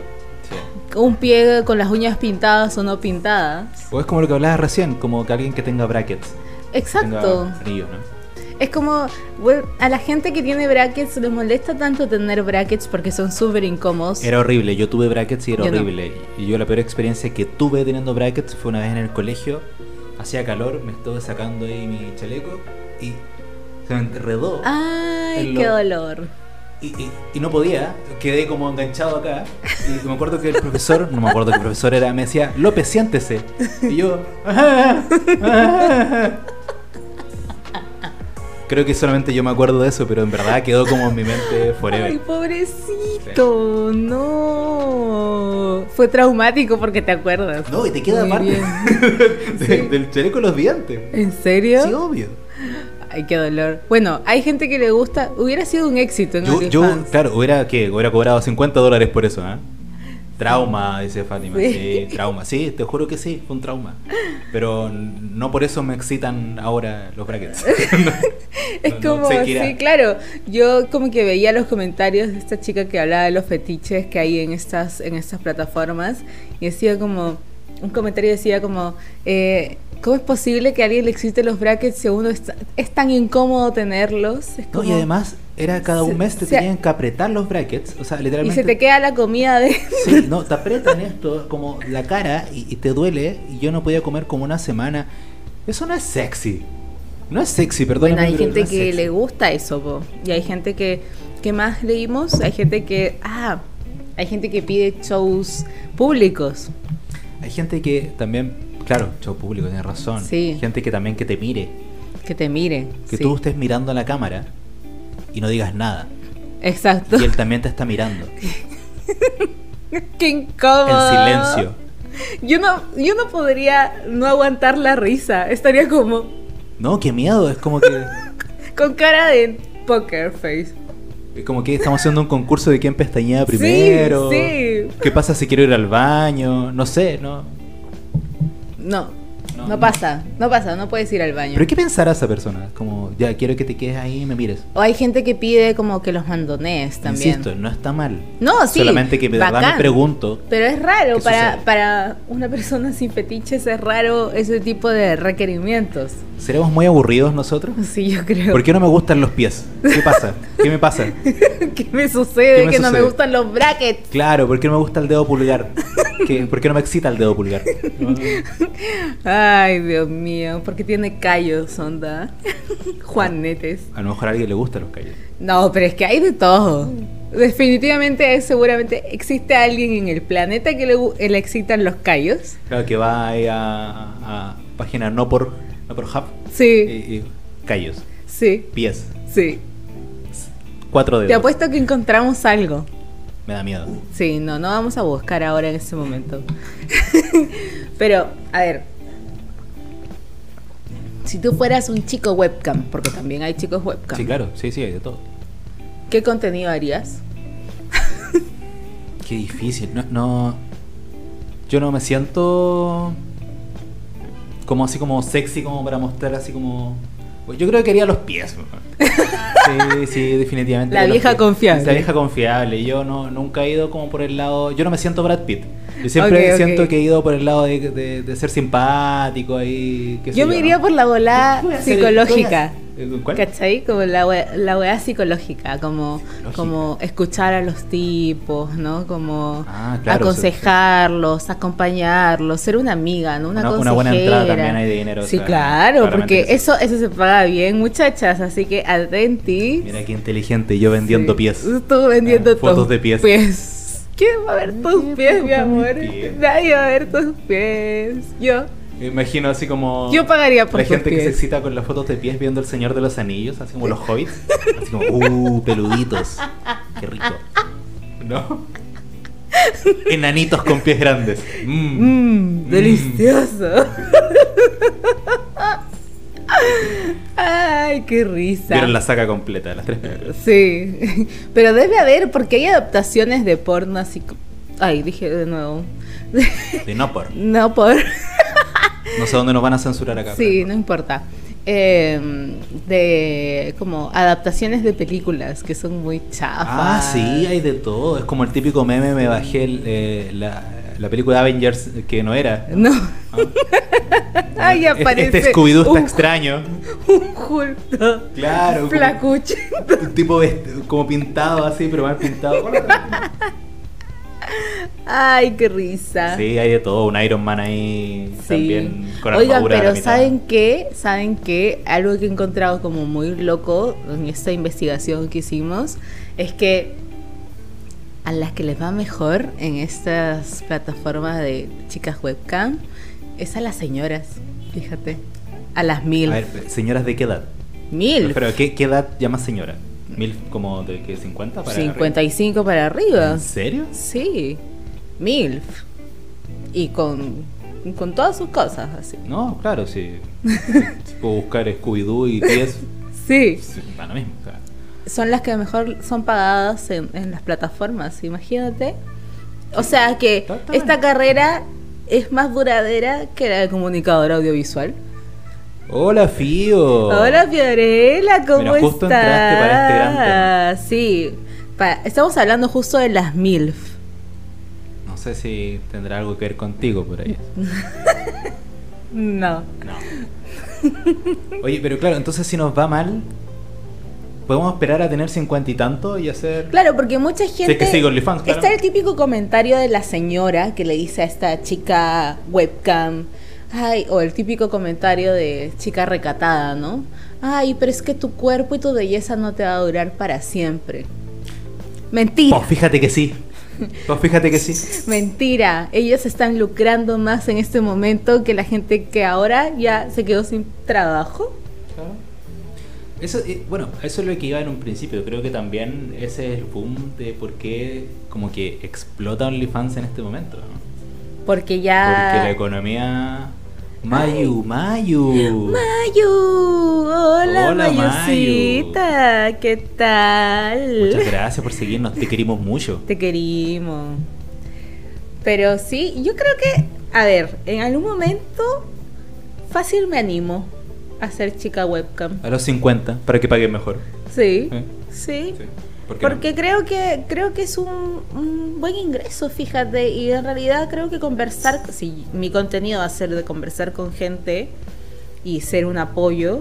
Sí. ¿Un pie con las uñas pintadas o no pintadas? O es como lo que hablabas recién, como que alguien que tenga brackets. que tenga Exacto. anillos, ¿no? Es como, bueno, a la gente que tiene brackets les molesta tanto tener brackets porque son súper incómodos. Era horrible, yo tuve brackets y era Yo no. horrible. Y yo la peor experiencia que tuve teniendo brackets fue una vez en el colegio. Hacía calor, me estuve sacando ahí mi chaleco y se me enredó. Ay, El qué lo- dolor. Y, y- y no podía, quedé como enganchado acá. Y me acuerdo que el profesor, no me acuerdo que el profesor era, me decía, López, siéntese. Y yo, "Ah, ah". Creo que solamente yo me acuerdo de eso, pero en verdad quedó como en mi mente forever. Ay, pobrecito, no. Fue traumático porque te acuerdas. No, y te queda Muy parte de- Sí. del chaleco los dientes. ¿En serio? Sí, obvio. Ay, qué dolor. Bueno, hay gente que le gusta. Hubiera sido un éxito en Yo, yo, OnlyFans. claro, hubiera, ¿qué? hubiera cobrado 50 dólares por eso, ¿eh? Trauma, dice Fátima. Sí. Sí. trauma. Sí, te juro que sí, fue un trauma. Pero no por eso me excitan ahora los brackets. Es no, no como, sé qué era. sí, claro. Yo como que veía los comentarios de esta chica que hablaba de los fetiches que hay en estas, en estas plataformas. Y decía como, un comentario decía como, eh, ¿cómo es posible que a alguien le excite los brackets si a uno está- es tan incómodo tenerlos? Es No, como, y además, era cada Se- un mes te se- tenían que apretar los brackets. O sea, y literalmente. se te queda la comida de... Sí, no, te aprietan esto como la cara y, y te duele. Y yo no podía comer como una semana. Eso no es sexy. No es sexy, perdón. Bueno, hay gente que le gusta eso, po. y hay gente que, ¿qué más leímos? Hay gente que, ah, hay gente que pide shows públicos. Hay gente que también, claro, show público, tienes razón. Sí. Gente que también que te mire, Que te mire. que sí. tú estés mirando a la cámara y no digas nada. Exacto. Y él también te está mirando, Qué en incómodo. silencio. Yo no, yo no podría no aguantar la risa. Estaría como No, qué miedo, es como que con cara de poker face. es como que estamos haciendo un concurso de quién pestañea primero. sí. ¿Qué pasa si quiero ir al baño? No sé, no. No, No, no, no. pasa, no pasa, no puedes ir al baño. Pero ¿qué pensará esa persona? Como, ya quiero que te quedes ahí y me mires. O hay gente que pide como que los mandonees también. Insisto, no está mal. No, sí, Solamente que de verdad me bacán. pregunto. Pero es raro ¿Qué para, sucede? para una persona sin fetiches, es raro ese tipo de requerimientos. ¿Seremos muy aburridos nosotros? Sí, yo creo. ¿Por qué no me gustan los pies? ¿Qué pasa? ¿Qué me pasa? ¿Qué me sucede? ¿Qué me que no me sucede? gustan los brackets. Claro, ¿por qué no me gusta el dedo pulgar? ¿Qué- ¿Por qué no me excita el dedo pulgar? No, Ay, Dios mío, porque tiene callos, onda. Juanetes. A lo mejor a alguien le gustan los calles. No, pero es que hay de todo. Definitivamente, es- seguramente existe alguien en el planeta que le, gu- eh, le excitan los callos. Claro que va ahí a, a- a página no por, no por hub. Y, Sí, y callos, sí, pies, sí. cuatro dedos. Te apuesto que encontramos algo. Me da miedo. Sí, no, no vamos a buscar ahora en este momento. Pero, a ver. Si tú fueras un chico webcam, porque también hay chicos webcam, Sí, claro, sí, sí, hay de todo. ¿qué contenido harías? Qué difícil. No, no- Yo no me siento como así como sexy como para mostrar así como. Pues Yo creo que haría los pies. weón. Sí, sí, definitivamente. La haría los vieja pies. confiable. La vieja confiable. Yo no, nunca he ido como por el lado. Yo no me siento Brad Pitt. Yo siempre Ok, ok. siento que he ido por el lado de, de- de ser simpático ahí. qué sé Yo me iría ¿no? por la volada ¿Qué voy a hacer? psicológica. ¿Qué voy a- ¿Cuál? ¿Cachai? Como la we- la weá psicológica, como, Psicológica. como escuchar a los tipos, ¿no? Como Ah, claro, aconsejarlos, acompañarlos, ser una amiga, ¿no? Una, Una- consejera. una buena entrada también hay de dinero, o Sí, sea, claro, claramente porque que sí. eso, eso se paga bien, muchachas, así que atenti. Mira qué inteligente, yo vendiendo Sí. pies. Tú vendiendo Ah, fotos tus de pies. ¿Quién va a ver tus ¿Quién pies, va mi a ver amor? mis pies? Nadie va a ver tus pies. Yo. Me imagino así como. Yo pagaría por La tus gente que se pies. excita con las fotos de pies viendo el Señor de los Anillos, así como los hobbits. Así como, uh, peluditos. Qué rico. ¿No? Enanitos con pies grandes. Mm. Mmm, delicioso. Ay, qué risa. Vieron la saga completa de las tres películas. Sí, pero debe haber, porque hay adaptaciones de porno así. co- Ay, dije de nuevo. De no por. no por. No sé dónde nos van a censurar acá. Sí, pero- no importa. Eh, de como adaptaciones de películas que son muy chafas. Ah, sí, hay de todo. Es como el típico meme, me bajé el, eh, la, la película de Avengers eh, que no era. No. Ay, Este- aparece. Uh. Este Scooby-Doo está un- extraño. Un culto. Claro, como- Flacucho. Un tipo vest- como pintado así, pero mal pintado. Ay, qué risa. Sí, hay de todo, un Iron Man ahí Sí. también con Oigan, armadura a la pero mitad. ¿saben qué? ¿Saben qué? Algo que he encontrado como muy loco en esta investigación que hicimos es que a las que les va mejor en estas plataformas de chicas webcam es a las señoras, fíjate. A las mil. A ver, señoras de qué edad? mil. Pero ¿qué, qué edad llamas señora? ¿Mil como de qué? ¿50 para 55 para arriba? arriba. ¿En serio? Sí. Mil. Y con, con todas sus cosas, así. No, claro, sí. Si puedo buscar Scooby-Doo y 10, Sí. para lo mismo. o sea. son las que mejor son pagadas en, en las plataformas, imagínate. O sea que Está- está esta bueno. carrera es más duradera que la de comunicador audiovisual. Hola, Fío. Hola Fiorella, ¿cómo Mira, Oh. justo entraste para este gran estás? Sí, pa- estamos hablando justo de las MILF. No sé si tendrá algo que ver contigo por ahí. No. No. Oye, pero claro, entonces si nos va mal, podemos esperar a tener cincuenta y tanto y hacer. Claro, porque mucha gente... es que sigue OnlyFans, claro. Está el típico comentario de la señora que le dice a esta chica webcam, Ay, o el típico comentario de chica recatada, ¿no? Ay, pero es que tu cuerpo y tu belleza no te va a durar para siempre. Mentira. Pues fíjate que sí. Pues fíjate que sí. Mentira, ellos están lucrando más en este momento que la gente que ahora ya se quedó sin trabajo. Eso, eh, bueno, eso es lo que iba en un principio. Creo que también ese es el boom de por qué como que explota OnlyFans en este momento. ¿no? Porque Porque la ya... economía... Mayu, Mayu. Mayu, hola, Hola, Mayu. Mayucita, ¿qué tal? Muchas gracias por seguirnos, te queremos mucho. Te querimos. Pero sí, yo creo que, a ver, en algún momento fácil me animo a ser chica webcam. A los 50, para que paguen mejor. Sí, ¿Eh? sí. ¿por qué no? Porque creo que creo que es un, un buen ingreso, fíjate, y en realidad creo que conversar, si mi contenido va a ser de conversar con gente y ser un apoyo,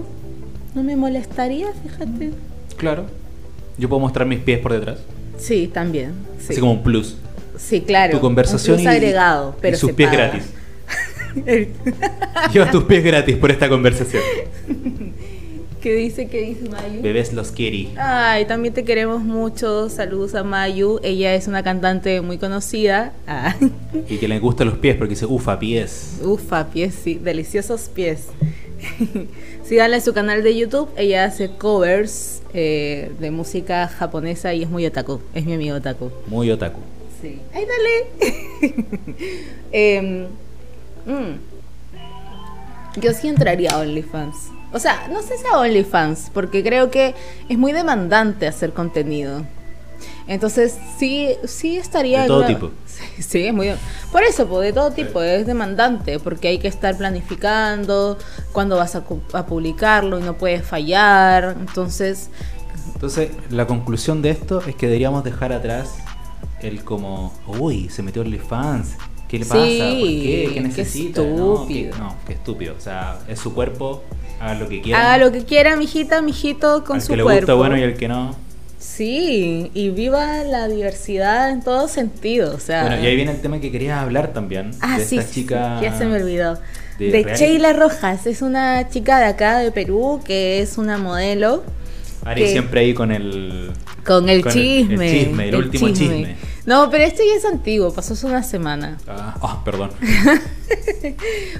no me molestaría, fíjate. Claro. Yo puedo mostrar mis pies por detrás. Sí, también. Sí, Así como un plus. sí claro. tu conversación un plus y- agregado, y pero sus se pies paga. gratis. El- Llevas tus pies gratis por esta conversación. ¿Qué dice? ¿Qué dice Mayu? Bebés los quiere. Ay, también te queremos mucho. Saludos a Mayu. Ella es una cantante muy conocida. Ah, Y que les gustan los pies porque dice, ufa, pies. Ufa, pies, sí. Deliciosos pies. Síganla en su canal de YouTube. Ella hace covers eh, de música japonesa y es muy otaku. Es mi amigo otaku. Muy otaku. Sí. ¡Ay, dale! Em, mm. Yo sí entraría a OnlyFans. O sea, no sé si a OnlyFans, porque creo que es muy demandante hacer contenido. Entonces, sí, sí estaría... De en todo una- tipo. Sí, sí, es muy... Por eso, pues, de todo tipo, es demandante, porque hay que estar planificando cuándo vas a, cu- a publicarlo y no puedes fallar. Entonces, Entonces, la conclusión de esto es que deberíamos dejar atrás el como, uy, se metió OnlyFans. ¿Qué le Sí, pasa? ¿Por qué? qué ¿Qué necesita? No, que- estúpido. No, qué estúpido. O sea, es su cuerpo, haga lo que quiera. haga lo que quiera, mijita, mijito, con Al su que le cuerpo. gusta bueno y al que no. Sí, y viva la diversidad en todo sentido, o sea. Bueno, y ahí viene el tema que quería hablar también. ah, de sí, esta sí, chica. sí, ya se me olvidó. de De, reality. Sheila Rojas, es una chica de acá de Perú que es una modelo Ari que- siempre ahí con el. con el Con el- el chisme. chisme, el último chisme. No, pero esto ya es antiguo, pasó hace una semana. Ah, ah, perdón.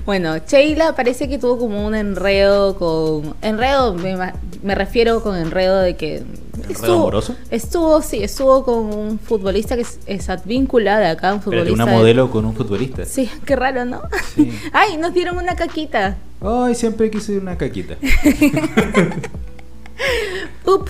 Bueno, Sheila parece que tuvo como un enredo con. Enredo, me, ma- me refiero con enredo de que. ¿Enredo amoroso? Estuvo, sí, estuvo con un futbolista que es, es advíncula de acá, un futbolista. Espérate, una de- modelo con un futbolista. Sí, qué raro, ¿no? Sí. Ay, nos dieron una caquita. Ay, siempre quise una caquita. Up.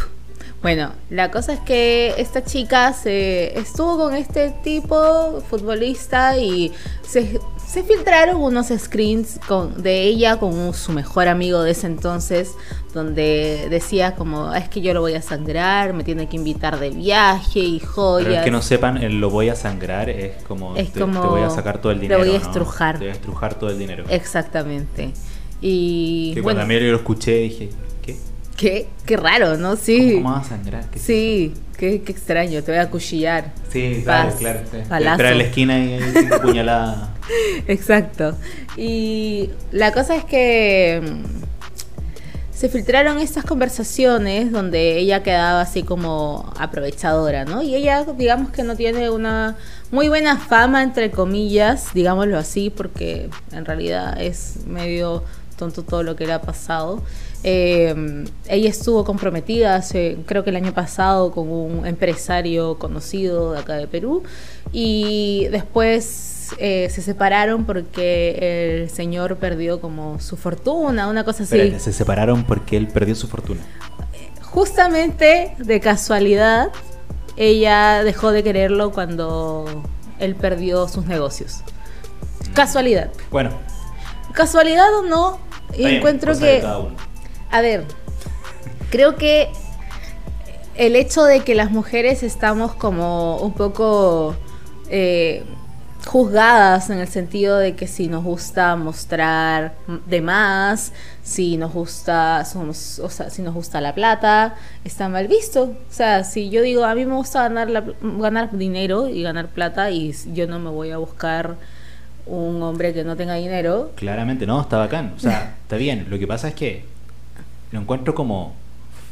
Bueno, la cosa es que esta chica se estuvo con este tipo futbolista y se, se filtraron unos screens con, de ella con un- su mejor amigo de ese entonces, donde decía como, es que yo lo voy a sangrar, me tiene que invitar de viaje y joyas. Para los que no sepan, el lo voy a sangrar es como. Es te, como- te voy a sacar todo el te dinero. voy a ¿no? estrujar. Te voy a estrujar todo el dinero. Exactamente. Y... que bueno, cuando a mí yo lo escuché dije, ¿qué? qué, qué raro, ¿no? Sí. ¿Cómo vas a sangrar? ¿Qué- Sí, qué, qué extraño, te voy a cuchillar. Sí, claro, Vas, claro. Sí. palazo. Espera en la esquina y ahí cinco puñaladas. Exacto. Y la cosa es que mm, se filtraron estas conversaciones donde ella quedaba así como aprovechadora, ¿no? Y ella, digamos que no tiene una muy buena fama, entre comillas, digámoslo así, porque en realidad es medio tonto todo lo que le ha pasado. Eh, ella estuvo comprometida hace, creo que el año pasado con un empresario conocido de acá de Perú y después eh, se separaron porque el señor perdió como su fortuna, una cosa así. Espérate, se separaron porque él perdió su fortuna. Justamente de casualidad, ella dejó de quererlo cuando él perdió sus negocios. Casualidad. Bueno, Casualidad o no, está bien, encuentro cosa de que... cada uno. A ver, creo que el hecho de que las mujeres estamos como un poco eh, juzgadas en el sentido de que si nos gusta mostrar de más, si nos gusta, somos, o sea, si nos gusta la plata, está mal visto. O sea, si yo digo a mí me gusta ganar la pl- ganar dinero y ganar plata y s- yo no me voy a buscar un hombre que no tenga dinero. Claramente, no, está bacán. O sea, está bien. Lo que pasa es que lo encuentro como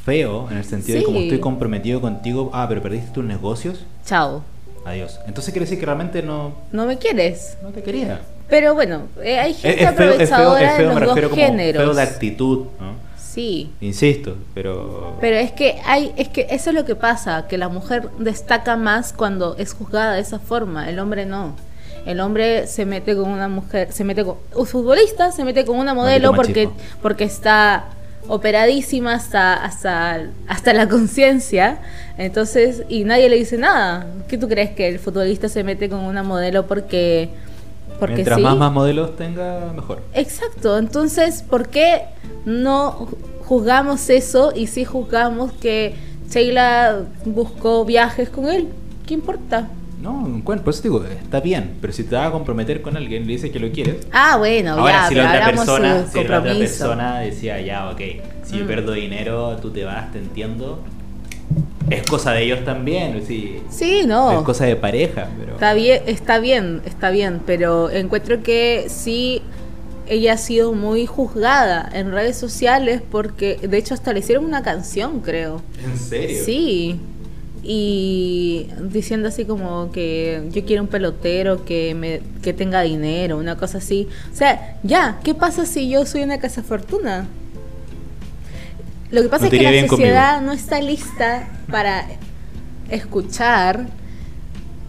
feo en el sentido de como Sí. estoy comprometido contigo. Ah, pero perdiste tus negocios. Chao. Adiós. Entonces quiere decir que realmente no, No me quieres. no te quería. Pero bueno, eh, hay Es, gente es feo, es feo, aprovechadora es feo, de me los refiero dos como feo géneros. de actitud, ¿no? Sí. Insisto, pero... Pero es que hay, es que eso es lo que pasa, que la mujer destaca más cuando es juzgada de esa forma, el hombre no. El hombre se mete con una mujer, se mete con un futbolista, se mete con una modelo porque, Maldito porque está operadísima hasta hasta hasta la conciencia, entonces y nadie le dice nada. ¿Qué tú crees que el futbolista se mete con una modelo porque porque Mientras sí? más, más modelos tenga, mejor. Exacto, entonces, ¿por qué no juzgamos eso y sí juzgamos que Sheila buscó viajes con él? ¿Qué importa? No, encuentro, por eso te digo, está bien, pero si te vas a comprometer con alguien, le dices que lo quieres. Ah, bueno, Ahora, ya, si la pero otra hagamos persona, su si la otra compromiso. persona decía, ya, ok, si yo Mm. pierdo dinero, tú te vas, te entiendo. Es cosa de ellos también, sí. Sí, Es no. cosa de pareja, pero. Está bien, está bien, está bien, pero encuentro que sí ella ha sido muy juzgada en redes sociales porque de hecho hasta le hicieron una canción, creo. ¿En serio? Sí. Y diciendo así como que yo quiero un pelotero que me que tenga dinero, una cosa así. O sea, ya, ¿qué pasa si yo soy una cazafortuna? Lo que pasa No es te que iría la bien conmigo. sociedad no está lista para escuchar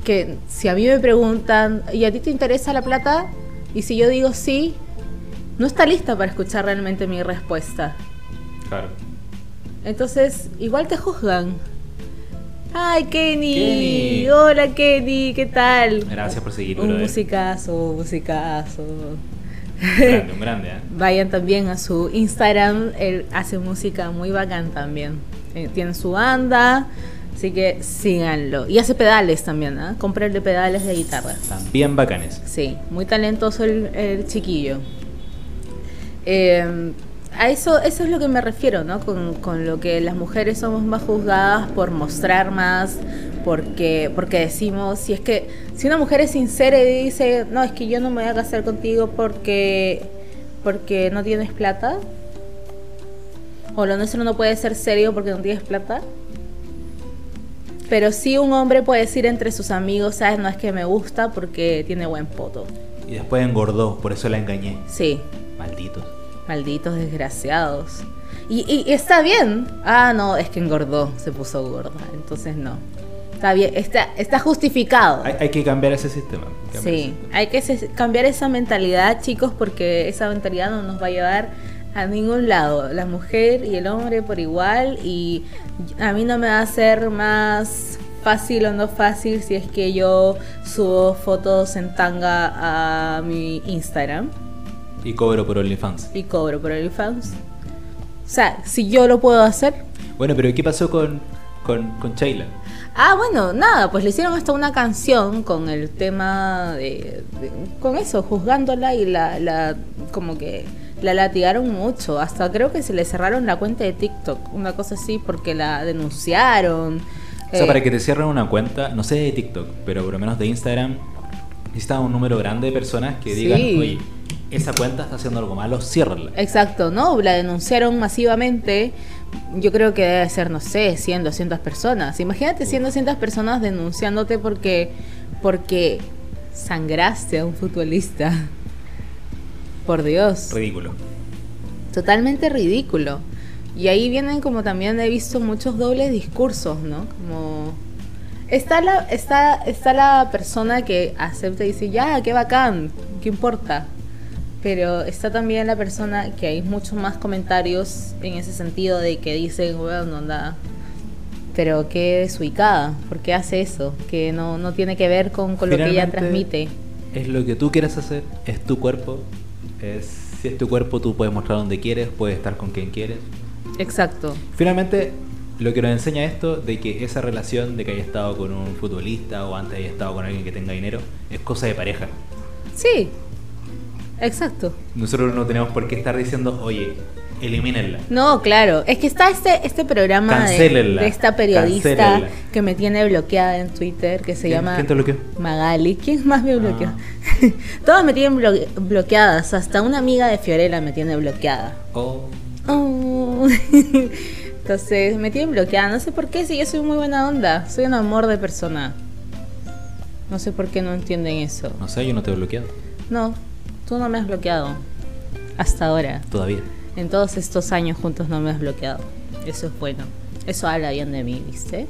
que si a mí me preguntan, ¿y a ti te interesa la plata? Y si yo digo sí, no está lista para escuchar realmente mi respuesta. Claro. Entonces, igual te juzgan. ¡Ay, Kenny! Kenny. ¡Hola, Kenny! ¿Qué tal? Gracias por eh. seguir, Un brother. musicazo, musicazo. Un grande, un grande, ¿eh? Vayan también a su Instagram, él hace música muy bacán también. Eh, Tiene su banda, así que síganlo. Y hace pedales también, ¿ah? Comprarle pedales de guitarra. También bacanes. Sí, muy talentoso el, el chiquillo. Eh, a eso, eso es lo que me refiero, ¿no? Con, con lo que las mujeres somos más juzgadas por mostrar más, porque, porque decimos, si es que, si una mujer es sincera y dice, no, es que yo no me voy a casar contigo porque, porque no tienes plata, o lo nuestro no puede ser serio porque no tienes plata. Pero sí un hombre puede decir entre sus amigos, sabes, no es que me gusta porque tiene buen poto. Y después engordó, por eso la engañé. Sí, Malditos. malditos desgraciados. Y, y- y está bien. Ah, no, es que engordó, se puso gorda. Entonces no. Está bien, está, está justificado. Hay, hay que cambiar ese sistema. cambiar ese Sí, sistema. hay que se- cambiar esa mentalidad, chicos, porque esa mentalidad no nos va a llevar a ningún lado. La mujer y el hombre por igual y a mí no me va a ser más fácil o no fácil si es que yo subo fotos en tanga a mi Instagram Y cobro por OnlyFans. y cobro por OnlyFans. O sea, si yo lo puedo hacer. Bueno, pero ¿qué pasó con, con, con Sheila? Ah, bueno, nada, pues le hicieron hasta una canción con el tema de, de- con eso, juzgándola y la, la como que la latigaron mucho, hasta creo que se le cerraron la cuenta de TikTok, una cosa así, porque la denunciaron. O sea, Eh, para que te cierren una cuenta, no sé de TikTok, pero por lo menos de Instagram, necesitas un número grande de personas que digan, Sí. oye, esa cuenta está haciendo algo malo, ciérrala. Exacto, ¿no? La denunciaron masivamente. Yo creo que debe ser, no sé, 100, 200 personas. Imagínate 100, 200 personas denunciándote porque, porque sangraste a un futbolista. Por Dios. Ridículo. Totalmente ridículo. Y ahí vienen como también he visto muchos dobles discursos, ¿no? Como... Está la, está, está la persona que acepta y dice, ya, qué bacán, qué importa. Pero está también la persona que hay muchos más comentarios en ese sentido de que dicen, bueno, onda, pero qué desubicada, ¿por qué hace eso? Que no, no tiene que ver con, con lo que ella Finalmente, transmite. Es lo que tú quieras hacer, es tu cuerpo. Es, si es tu cuerpo, tú puedes mostrar donde quieres, puedes estar con quien quieres. Exacto. Finalmente, lo que nos enseña esto de que esa relación de que haya estado con un futbolista o antes haya estado con alguien que tenga dinero es cosa de pareja. Sí, exacto. Nosotros no tenemos por qué estar diciendo, oye, elimínenla. No, claro. Es que está este, este programa de, Cancélenla. de esta periodista Cancélenla. que me tiene bloqueada en Twitter que se ¿Quién- llama quién te bloqueó? Magali. ¿Quién más me bloqueó? Ah. Todas me tienen bloque- bloqueadas. Hasta una amiga de Fiorella me tiene bloqueada. Oh, Oh. Entonces me tienen bloqueada. No sé por qué, si yo soy muy buena onda. Soy un amor de persona. No sé por qué no entienden eso. no sé, yo no te he bloqueado No, tú no me has bloqueado. Hasta ahora. todavía. En todos estos años juntos no me has bloqueado. Eso es bueno. Eso habla bien de mí, ¿viste?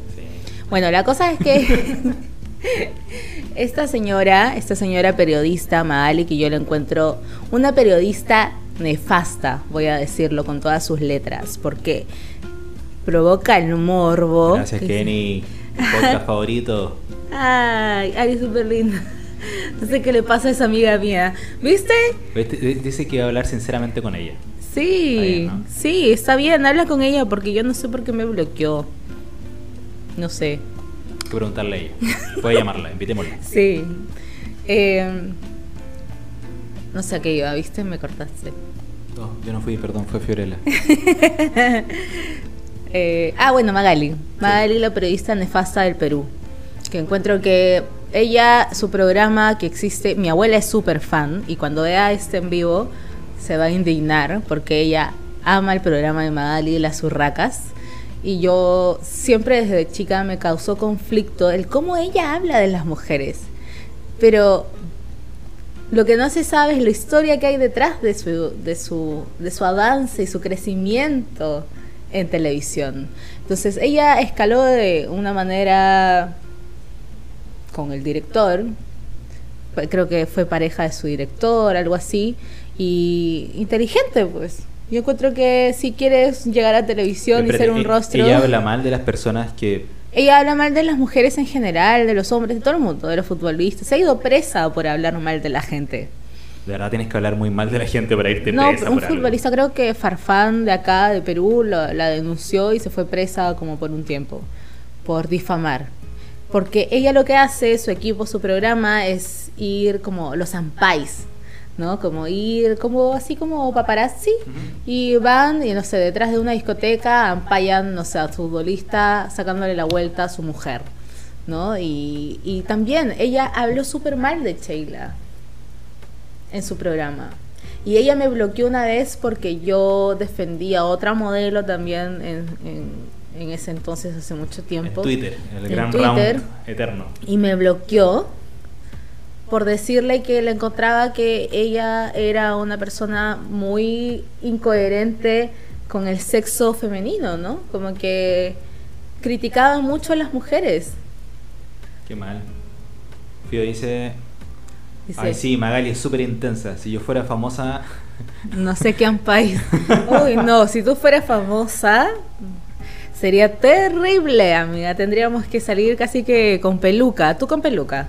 Bueno, la cosa es que esta señora, esta señora periodista, Magali, que yo la encuentro una periodista nefasta, voy a decirlo con todas sus letras, porque provoca el morbo. Gracias, Kenny. Podcast favorito. Ay, Ari, súper linda. No sé qué le pasa a esa amiga mía. ¿Viste? Viste, di- Este, eh, Dice que iba a hablar sinceramente con ella. Sí, Está bien, ¿no? sí, está bien, habla con ella porque yo no sé por qué me bloqueó. No sé. Hay que preguntarle a ella. Puede llamarla, invitémosla. Sí. Eh, no sé a qué iba, ¿viste? Me cortaste. No, Oh, yo no fui, perdón, fue Fiorella. Eh, ah, bueno, Magali. Magali, la periodista nefasta del Perú. Que encuentro que ella, su programa que existe, mi abuela es súper fan y cuando vea este en vivo se va a indignar porque ella ama el programa de Magali, Las Urracas. Y yo siempre desde chica me causó conflicto el cómo ella habla de las mujeres. Pero lo que no se sabe es la historia que hay detrás de su, de su, de su avance y su crecimiento en televisión. Entonces ella escaló de una manera con el director, fue- creo que fue pareja de su director, algo así, y inteligente pues. Yo encuentro que si quieres llegar a televisión y Espérate, ser un e- rostro... Ella habla mal de las personas que. Ella habla mal de las mujeres en general, de los hombres, de todo el mundo, de los futbolistas. Se ha ido presa por hablar mal de la gente. De verdad tienes que hablar muy mal de la gente para irte no, presa un por algo. futbolista creo que Farfán de acá, de Perú, lo- la denunció y se fue presa como por un tiempo, por difamar. Porque ella lo que hace, su equipo, su programa, es ir como los ampais, ¿no? Como ir como así como paparazzi y van y no sé, detrás de una discoteca ampallan, no sé, al futbolista sacándole la vuelta a su mujer, ¿no? Y, y también ella habló súper mal de Sheila en su programa. Y ella me bloqueó una vez porque yo defendía a otra modelo también en, en- en ese entonces, hace mucho En tiempo. Twitter, el En gran Twitter. round eterno. Y me bloqueó por decirle que le encontraba que ella era una persona muy incoherente con el sexo femenino, ¿no? Como que criticaba mucho a las mujeres. Qué mal. Fío dice. Dice, Ay, sí, Magali es súper intensa. Si yo fuera famosa. No sé qué país. Uy, no, si tú fueras famosa, sería terrible, amiga. Tendríamos que salir casi que con peluca, tú con peluca,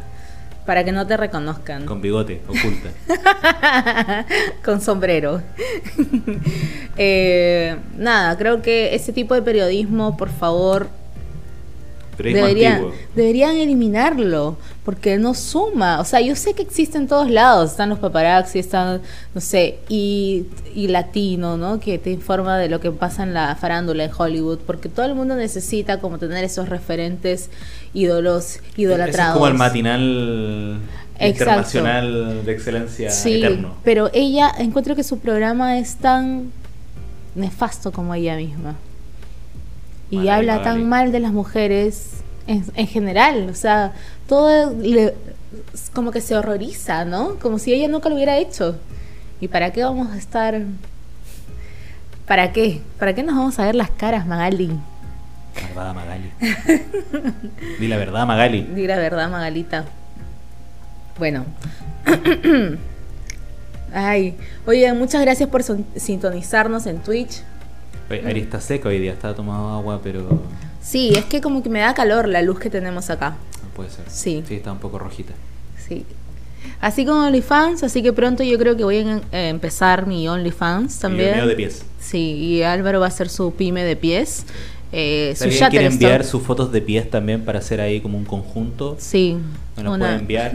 para que no te reconozcan. Con bigote, oculta. con sombrero. Eh, nada, creo que ese tipo de periodismo, por favor, Periodismo debería- antiguo. deberían eliminarlo, porque no suma. O sea, yo sé que existe en todos lados, están los paparazzi, están, no sé, y, y latino, ¿no? Que te informa de lo que pasa en la farándula en Hollywood, porque todo el mundo necesita como tener esos referentes ídolos, idolatrados. Ese Es como el matinal Exacto. internacional de excelencia eterno. pero ella encuentro que su programa es tan nefasto como ella misma. Y Magali, habla Magali. tan mal de las mujeres en, en general, o sea, todo le- es como que se horroriza, ¿no? Como si ella nunca lo hubiera hecho. ¿Y para qué vamos a estar? ¿Para qué? ¿Para qué nos vamos a ver las caras, Magali? Malvada Magali. Di la verdad, Magali. Di la verdad, Magalita. Bueno. Ay, oye, muchas gracias por son- sintonizarnos en Twitch. Oye, Ari está seco hoy día, está tomando agua, pero no Sí, es que como que me da calor la luz que tenemos acá. puede ser. Sí. Sí, está un poco rojita. Sí. Así con OnlyFans, así que pronto yo creo que voy a en- eh, empezar mi OnlyFans Y el también. medio de pies. Sí, y Álvaro va a hacer su pyme de pies. eh, Si su alguien quiere Shutterstock. enviar sus fotos de pies también para hacer ahí como un conjunto, Sí. nos las una- puede enviar.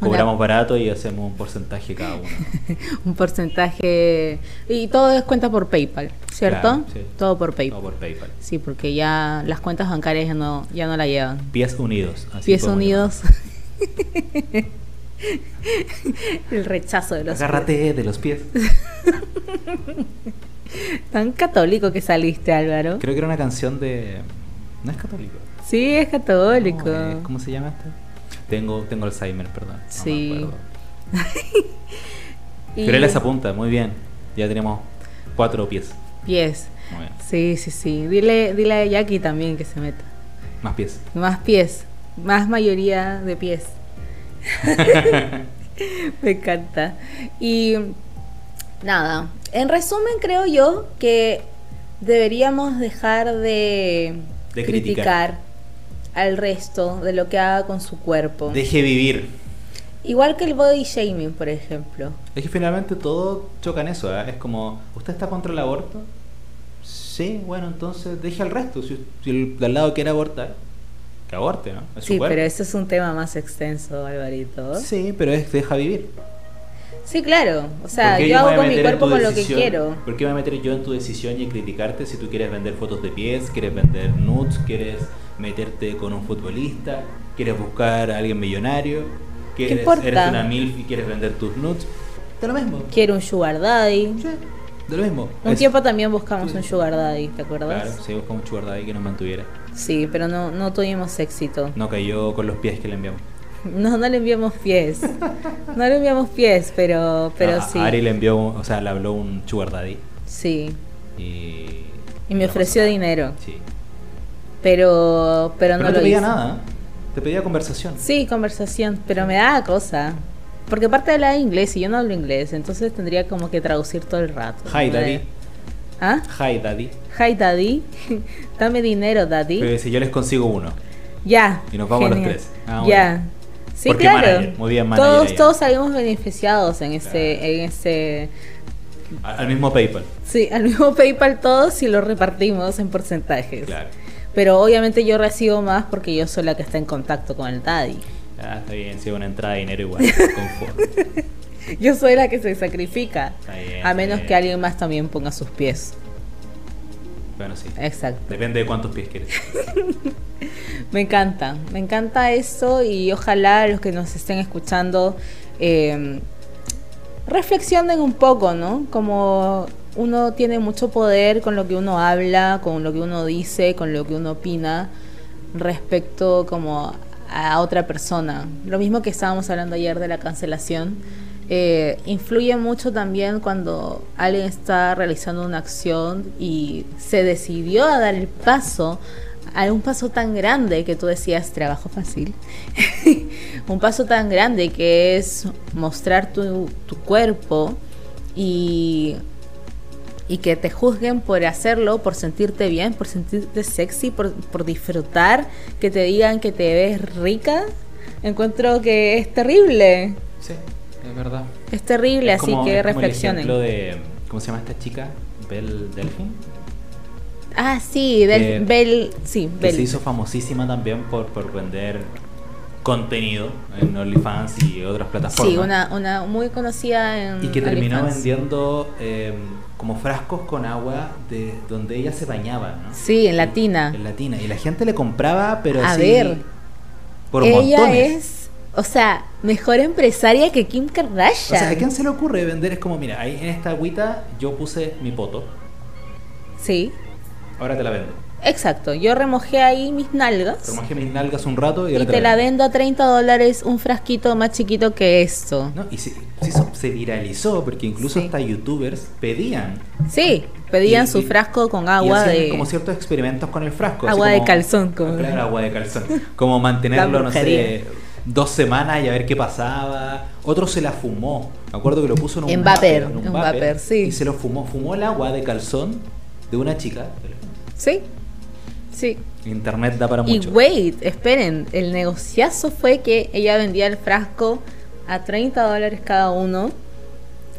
una- Cobramos barato y hacemos un porcentaje cada uno. ¿no? un porcentaje. Y todo es cuenta por PayPal, ¿cierto? Claro, sí. Todo por No PayPal. por PayPal. Sí, porque ya las cuentas bancarias ya no, ya no la llevan. Pies unidos. así Pies podemos unidos. El rechazo de llamarlo. los. Agárrate de los pies. Tan católico que saliste, Álvaro. Creo que era una canción de. No es católico. Sí, es católico. No, eh, ¿Cómo se llama este? Tengo, tengo Alzheimer, perdón. No Sí. me acuerdo. Y- Pero él les apunta, muy bien. Ya tenemos cuatro pies. Pies. Muy bien. Sí, sí, sí. Dile, dile a Jackie también que se meta. Más pies. Más pies. Más mayoría de pies. Me encanta. Y nada, en resumen creo yo que deberíamos dejar de, De criticar criticar. al resto de lo que haga con su cuerpo. Deje vivir. Igual que el body shaming, por ejemplo. Es que finalmente todo choca en eso. ¿eh? Es como, ¿usted está contra el aborto? Sí, bueno, entonces deje al resto. Si, si el de al lado quiere abortar, que aborte, ¿no? Es su Sí, cuerpo. pero eso es un tema más extenso, Alvarito. Sí, Sí, pero es deja vivir. claro. O sea, ¿Por qué yo me voy hago a con mi meter en cuerpo tu con lo que decisión? quiero. ¿Por qué me voy a meter yo en tu decisión y criticarte si tú quieres vender fotos de pies, quieres vender nudes, quieres meterte con un futbolista, quieres buscar a alguien millonario, quieres, importa? eres una milf y quieres vender tus nudes? De lo mismo. Quiero un sugar daddy. Sí, de lo mismo. Un Es- tiempo también buscamos Sí. un sugar daddy, ¿te acuerdas? Claro, sí, buscamos un sugar daddy que nos mantuviera. Sí, pero no, no tuvimos éxito. No cayó con los pies que le enviamos. No, no le enviamos pies. No le enviamos pies, pero, pero A- a sí. Ah, Ari le envió, un- o sea, le habló un sugar daddy Sí. y... Y me no pasó ofreció nada. dinero. Sí. Pero, pero Pero no no te lo pedía hice. nada, ¿eh? te pedía conversación. Sí, conversación, pero me daba cosa. Porque aparte hablaba inglés y yo no hablo inglés, entonces tendría como que traducir todo el rato. Hi, ¿no? daddy. ¿Ah? Hi, daddy. Hi, daddy. Dame dinero, daddy. Pero dice, yo les consigo uno. Ya. Y nos vamos los genial. tres. Ah, ya. Sí, Porque claro. manager, muy bien, manager todos, ella. todos salimos beneficiados en este, Claro. en este A- Al mismo PayPal. Sí, al mismo PayPal todos y lo repartimos en porcentajes. Claro. Pero obviamente yo recibo más porque yo soy la que está en contacto con el daddy. Ah, está bien, sí, una entrada de dinero igual. Conforme. Yo soy la que se sacrifica. Está bien, A está menos bien. que alguien más también ponga sus pies. Bueno, sí. Eh. Exacto. Depende de cuántos pies quieres. Me encanta, me encanta esto y ojalá los que nos estén escuchando eh, reflexionen un poco, ¿no? Como uno tiene mucho poder con lo que uno habla, con lo que uno dice, con lo que uno opina respecto como a otra persona. Lo mismo que estábamos hablando ayer de la cancelación. eh, influye mucho también cuando alguien está realizando una acción y se decidió a dar el paso, a un paso tan grande que tú decías trabajo fácil, un paso tan grande que es mostrar tu, tu cuerpo y, y que te juzguen por hacerlo, por sentirte bien, por sentirte sexy, por, por disfrutar, que te digan que te ves rica, encuentro que es terrible. Sí, es verdad. Es terrible, así que reflexionen. reflexionen. Como el ejemplo de, ¿Cómo se llama esta chica? Belle Delfin. Ah, sí, del, que- Bel, sí, Que Bel. se hizo famosísima también por, por vender contenido en OnlyFans y otras plataformas. Sí, una, una muy conocida en Y que terminó OnlyFans. vendiendo eh, como frascos con agua de donde ella se bañaba, ¿no? Sí, en latina. En latina. Y la gente le compraba, pero A así, ver, por Ella montones. es, o sea, mejor empresaria que Kim O Kardashian. sea, ¿a quién se le ocurre vender? Es como, mira, ahí en esta agüita yo puse mi poto, Sí, ahora te la vendo. exacto. Yo remojé ahí mis nalgas Remojé mis nalgas un rato y y ahora te la vendo a 30 dólares un frasquito más chiquito que esto. ¿No? Y se, se hizo- se viralizó porque incluso Sí. hasta youtubers pedían. Sí, pedían Y- su y- frasco con y agua hacían de... como ciertos experimentos con el frasco. así Agua de como- Ah, calzón, como- Claro, agua de calzón. Como mantenerlo, La no sé, brujería. dos semanas y a ver qué pasaba. Otro se la fumó. Me acuerdo que lo puso en un En vapor, en en vapor, sí. Y se lo fumó. Fumó el agua de calzón de una chica. Sí, sí. Internet da para Y mucho. wait, esperen, el negociazo fue que ella vendía el frasco a 30 dólares cada uno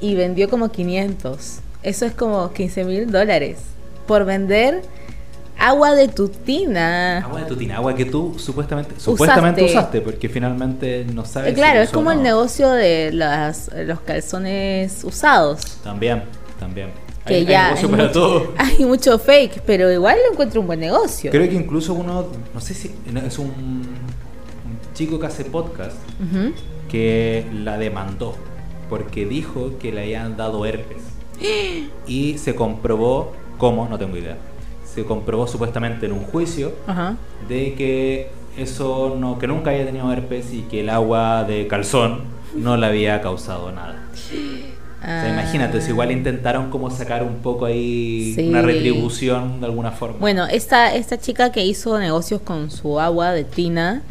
y vendió como 500. Eso es como 15 mil dólares por vender Agua de tu tina. Agua de tu tina, agua que tú supuestamente supuestamente usaste, porque finalmente no sabes. Eh, claro, si es usó o como el no. negocio de las- los calzones usados. También, también. Que Hay- hay ya negocio hay para mucho- todo. Hay mucho fake, pero igual lo encuentro un buen negocio. Creo que incluso uno, no sé si no, es un, un chico que hace podcast Ujú. que la demandó porque dijo que le habían dado herpes. Y se comprobó, ¿cómo? No tengo idea. Se comprobó supuestamente en un juicio Ajá. de que eso no que nunca había tenido herpes y que el agua de calzón no le había causado nada. O sea, Ah. imagínate, si igual intentaron como sacar un poco ahí Sí. una retribución de alguna forma. Bueno, esta, esta chica que hizo negocios con su agua de tina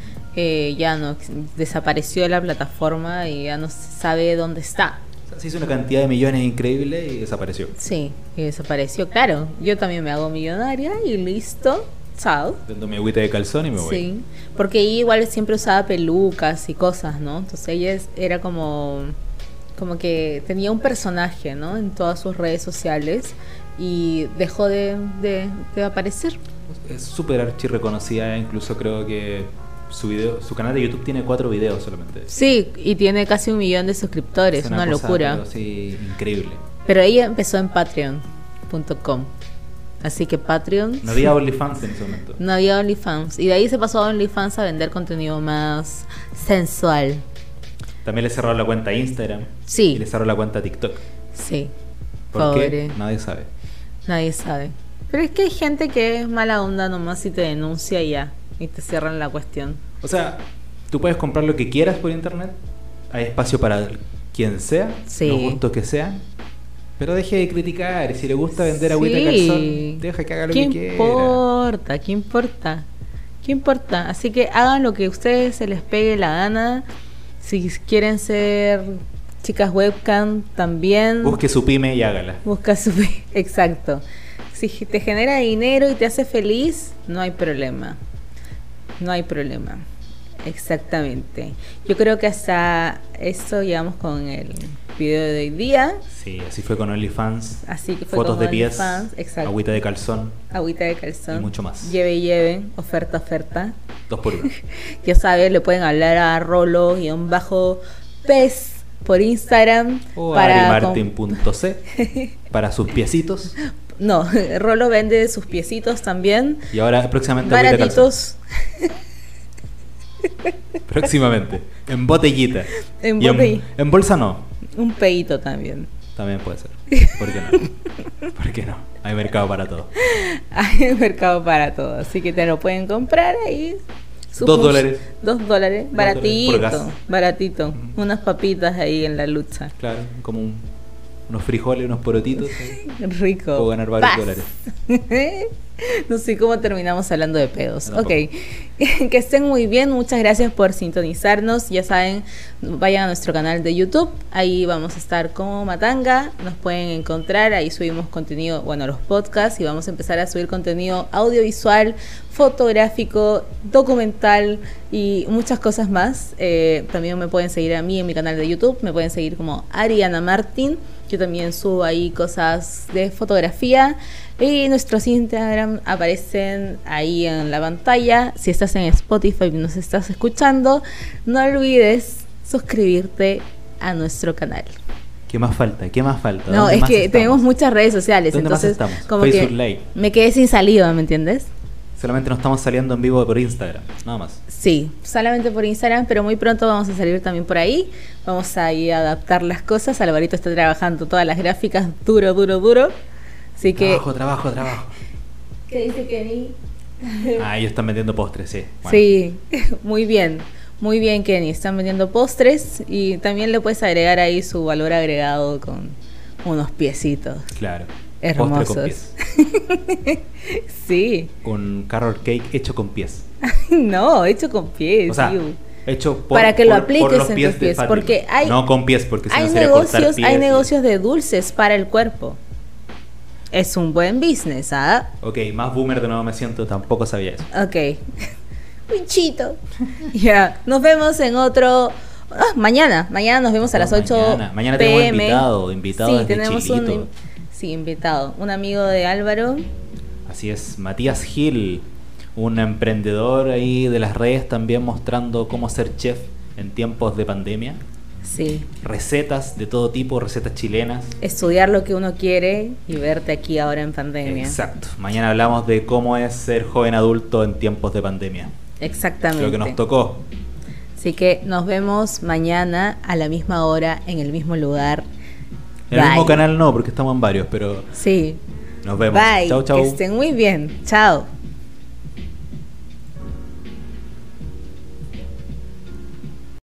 eh, ya no ex- desapareció de la plataforma y ya no se sabe dónde está. O sea, se hizo una cantidad de millones increíble y desapareció. Sí, y desapareció, claro. Yo también me hago millonaria y listo. Chao. Dando mi agüita de calzón y me voy. Sí, porque ella igual siempre usaba pelucas y cosas, ¿no? Entonces ella es- era como, como que tenía un personaje, ¿no? En todas sus redes sociales y dejó de, de- de aparecer. Es súper archi reconocida, incluso creo que su video, su canal de YouTube tiene cuatro videos solamente. Sí, y tiene casi un millón de suscriptores, Es una, cosa, locura. pero sí, increíble. Pero ella empezó en patreon.com. Así que Patreon No había OnlyFans en ese momento. no había OnlyFans. Y de ahí se pasó a OnlyFans a vender contenido más sensual. También le cerraron la cuenta a Instagram. Sí. Y le cerraron la cuenta a TikTok. Sí. ¿Por Pobre. qué? Nadie sabe. Nadie sabe. Pero es que hay gente que es mala onda nomás y te denuncia y ya. Y te cierran la cuestión. O sea, tú puedes comprar lo que quieras por internet. Hay espacio para quien sea, Sí. los gustos que sean. Pero deje de criticar. y Si le gusta vender agüita de Sí. calzón, deja que haga lo ¿Qué que quiera. importa? ¿Qué importa? ¿Qué importa? Así que hagan lo que a ustedes se les pegue la gana. Si quieren ser chicas webcam también. Busque su pyme y hágala. Busca su... Exacto. Si te genera dinero y te hace feliz, no hay problema. No hay problema. Exactamente. Yo creo que hasta eso llegamos con el video de hoy día. Sí, así fue con OnlyFans. Así que fue Fotos como de pies, OnlyFans, exacto. agüita de calzón, Agüita de calzón. Y mucho más. Lleve y lleve. Oferta, oferta. dos por uno. Ya saben, le pueden hablar a Rolo y un bajo pez por Instagram O para com- arimartin.c para sus piecitos. No, Rolo vende sus piecitos también. Y ahora próximamente agüita de calzón. baratitos Próximamente. En botellita. En Y botell- en bolsa no. un pedito también También puede ser. ¿Por qué no? ¿Por qué no? Hay mercado para todo. hay mercado para todo así que te lo pueden comprar ahí Sus Dos mus- dólares. dos dólares Dos baratito dólares por gas. baratito Ujú. unas papitas ahí en la lucha Claro, como un- unos frijoles, unos porotitos. ¿eh? rico Puedo ganar varios Paz. no sé cómo terminamos hablando de pedos Yo tampoco. ok que estén muy bien muchas gracias por sintonizarnos ya saben vayan a nuestro canal de YouTube ahí vamos a estar como Matanga nos pueden encontrar ahí subimos contenido bueno los podcasts y vamos a empezar a subir contenido audiovisual fotográfico documental y muchas cosas más Eh, también me pueden seguir a mí en mi canal de YouTube me pueden seguir como Ariana Martín yo también subo ahí cosas de fotografía y nuestros Instagram aparecen ahí en la pantalla. Si estás en Spotify y nos estás escuchando, no olvides suscribirte a nuestro canal. ¿Qué más falta? ¿Qué más falta? No, ¿Dónde es más que estamos? tenemos muchas redes sociales, ¿Dónde más entonces estamos? como Facebook que Live. me quedé sin salida, ¿me entiendes? Solamente nos estamos saliendo en vivo por Instagram, nada más. Sí, solamente por Instagram, pero muy pronto vamos a salir también por ahí. Vamos a ir a adaptar las cosas. Alvarito está trabajando todas las gráficas duro, duro, duro. Así que Trabajo, trabajo, trabajo. ¿Qué dice Kenny? Ah, ellos están vendiendo postres, sí. Bueno, Sí, muy bien. Muy bien, Kenny. Están vendiendo postres y también le puedes agregar ahí su valor agregado con unos piecitos. Claro. Postre con Hermosos. pies. Sí. Un carrot cake hecho con pies. No, hecho con pies. O sea, iu. hecho por, Para que lo por- por apliques los en pies tus de pies, Fátima. porque hay- no con pies, porque si no hay sería cortar negocios, pies hay y- negocios de dulces para el cuerpo. Es un buen business, ¿ah? Ok, más boomer de nuevo me siento, tampoco sabía eso. Ok. Pinchito. Ya, nos vemos en otro... ah, mañana, mañana nos vemos a No, las 8 Ah, mañana. Mañana tenemos invitado, invitado desde Chilito. sí, invitado, un amigo de Álvaro. Así es, Matías Gil, un emprendedor ahí de las redes también mostrando cómo ser chef en tiempos de pandemia. Sí. Recetas de todo tipo, recetas chilenas. Estudiar lo que uno quiere y verte aquí ahora en pandemia. Exacto. Mañana hablamos de cómo es ser joven adulto en tiempos de pandemia. Exactamente. Lo que nos tocó. Así que nos vemos mañana a la misma hora, en el mismo lugar. En el mismo canal no, porque estamos en varios, pero Sí. nos vemos. Bye. Chau, chau. Que estén muy bien. Chao.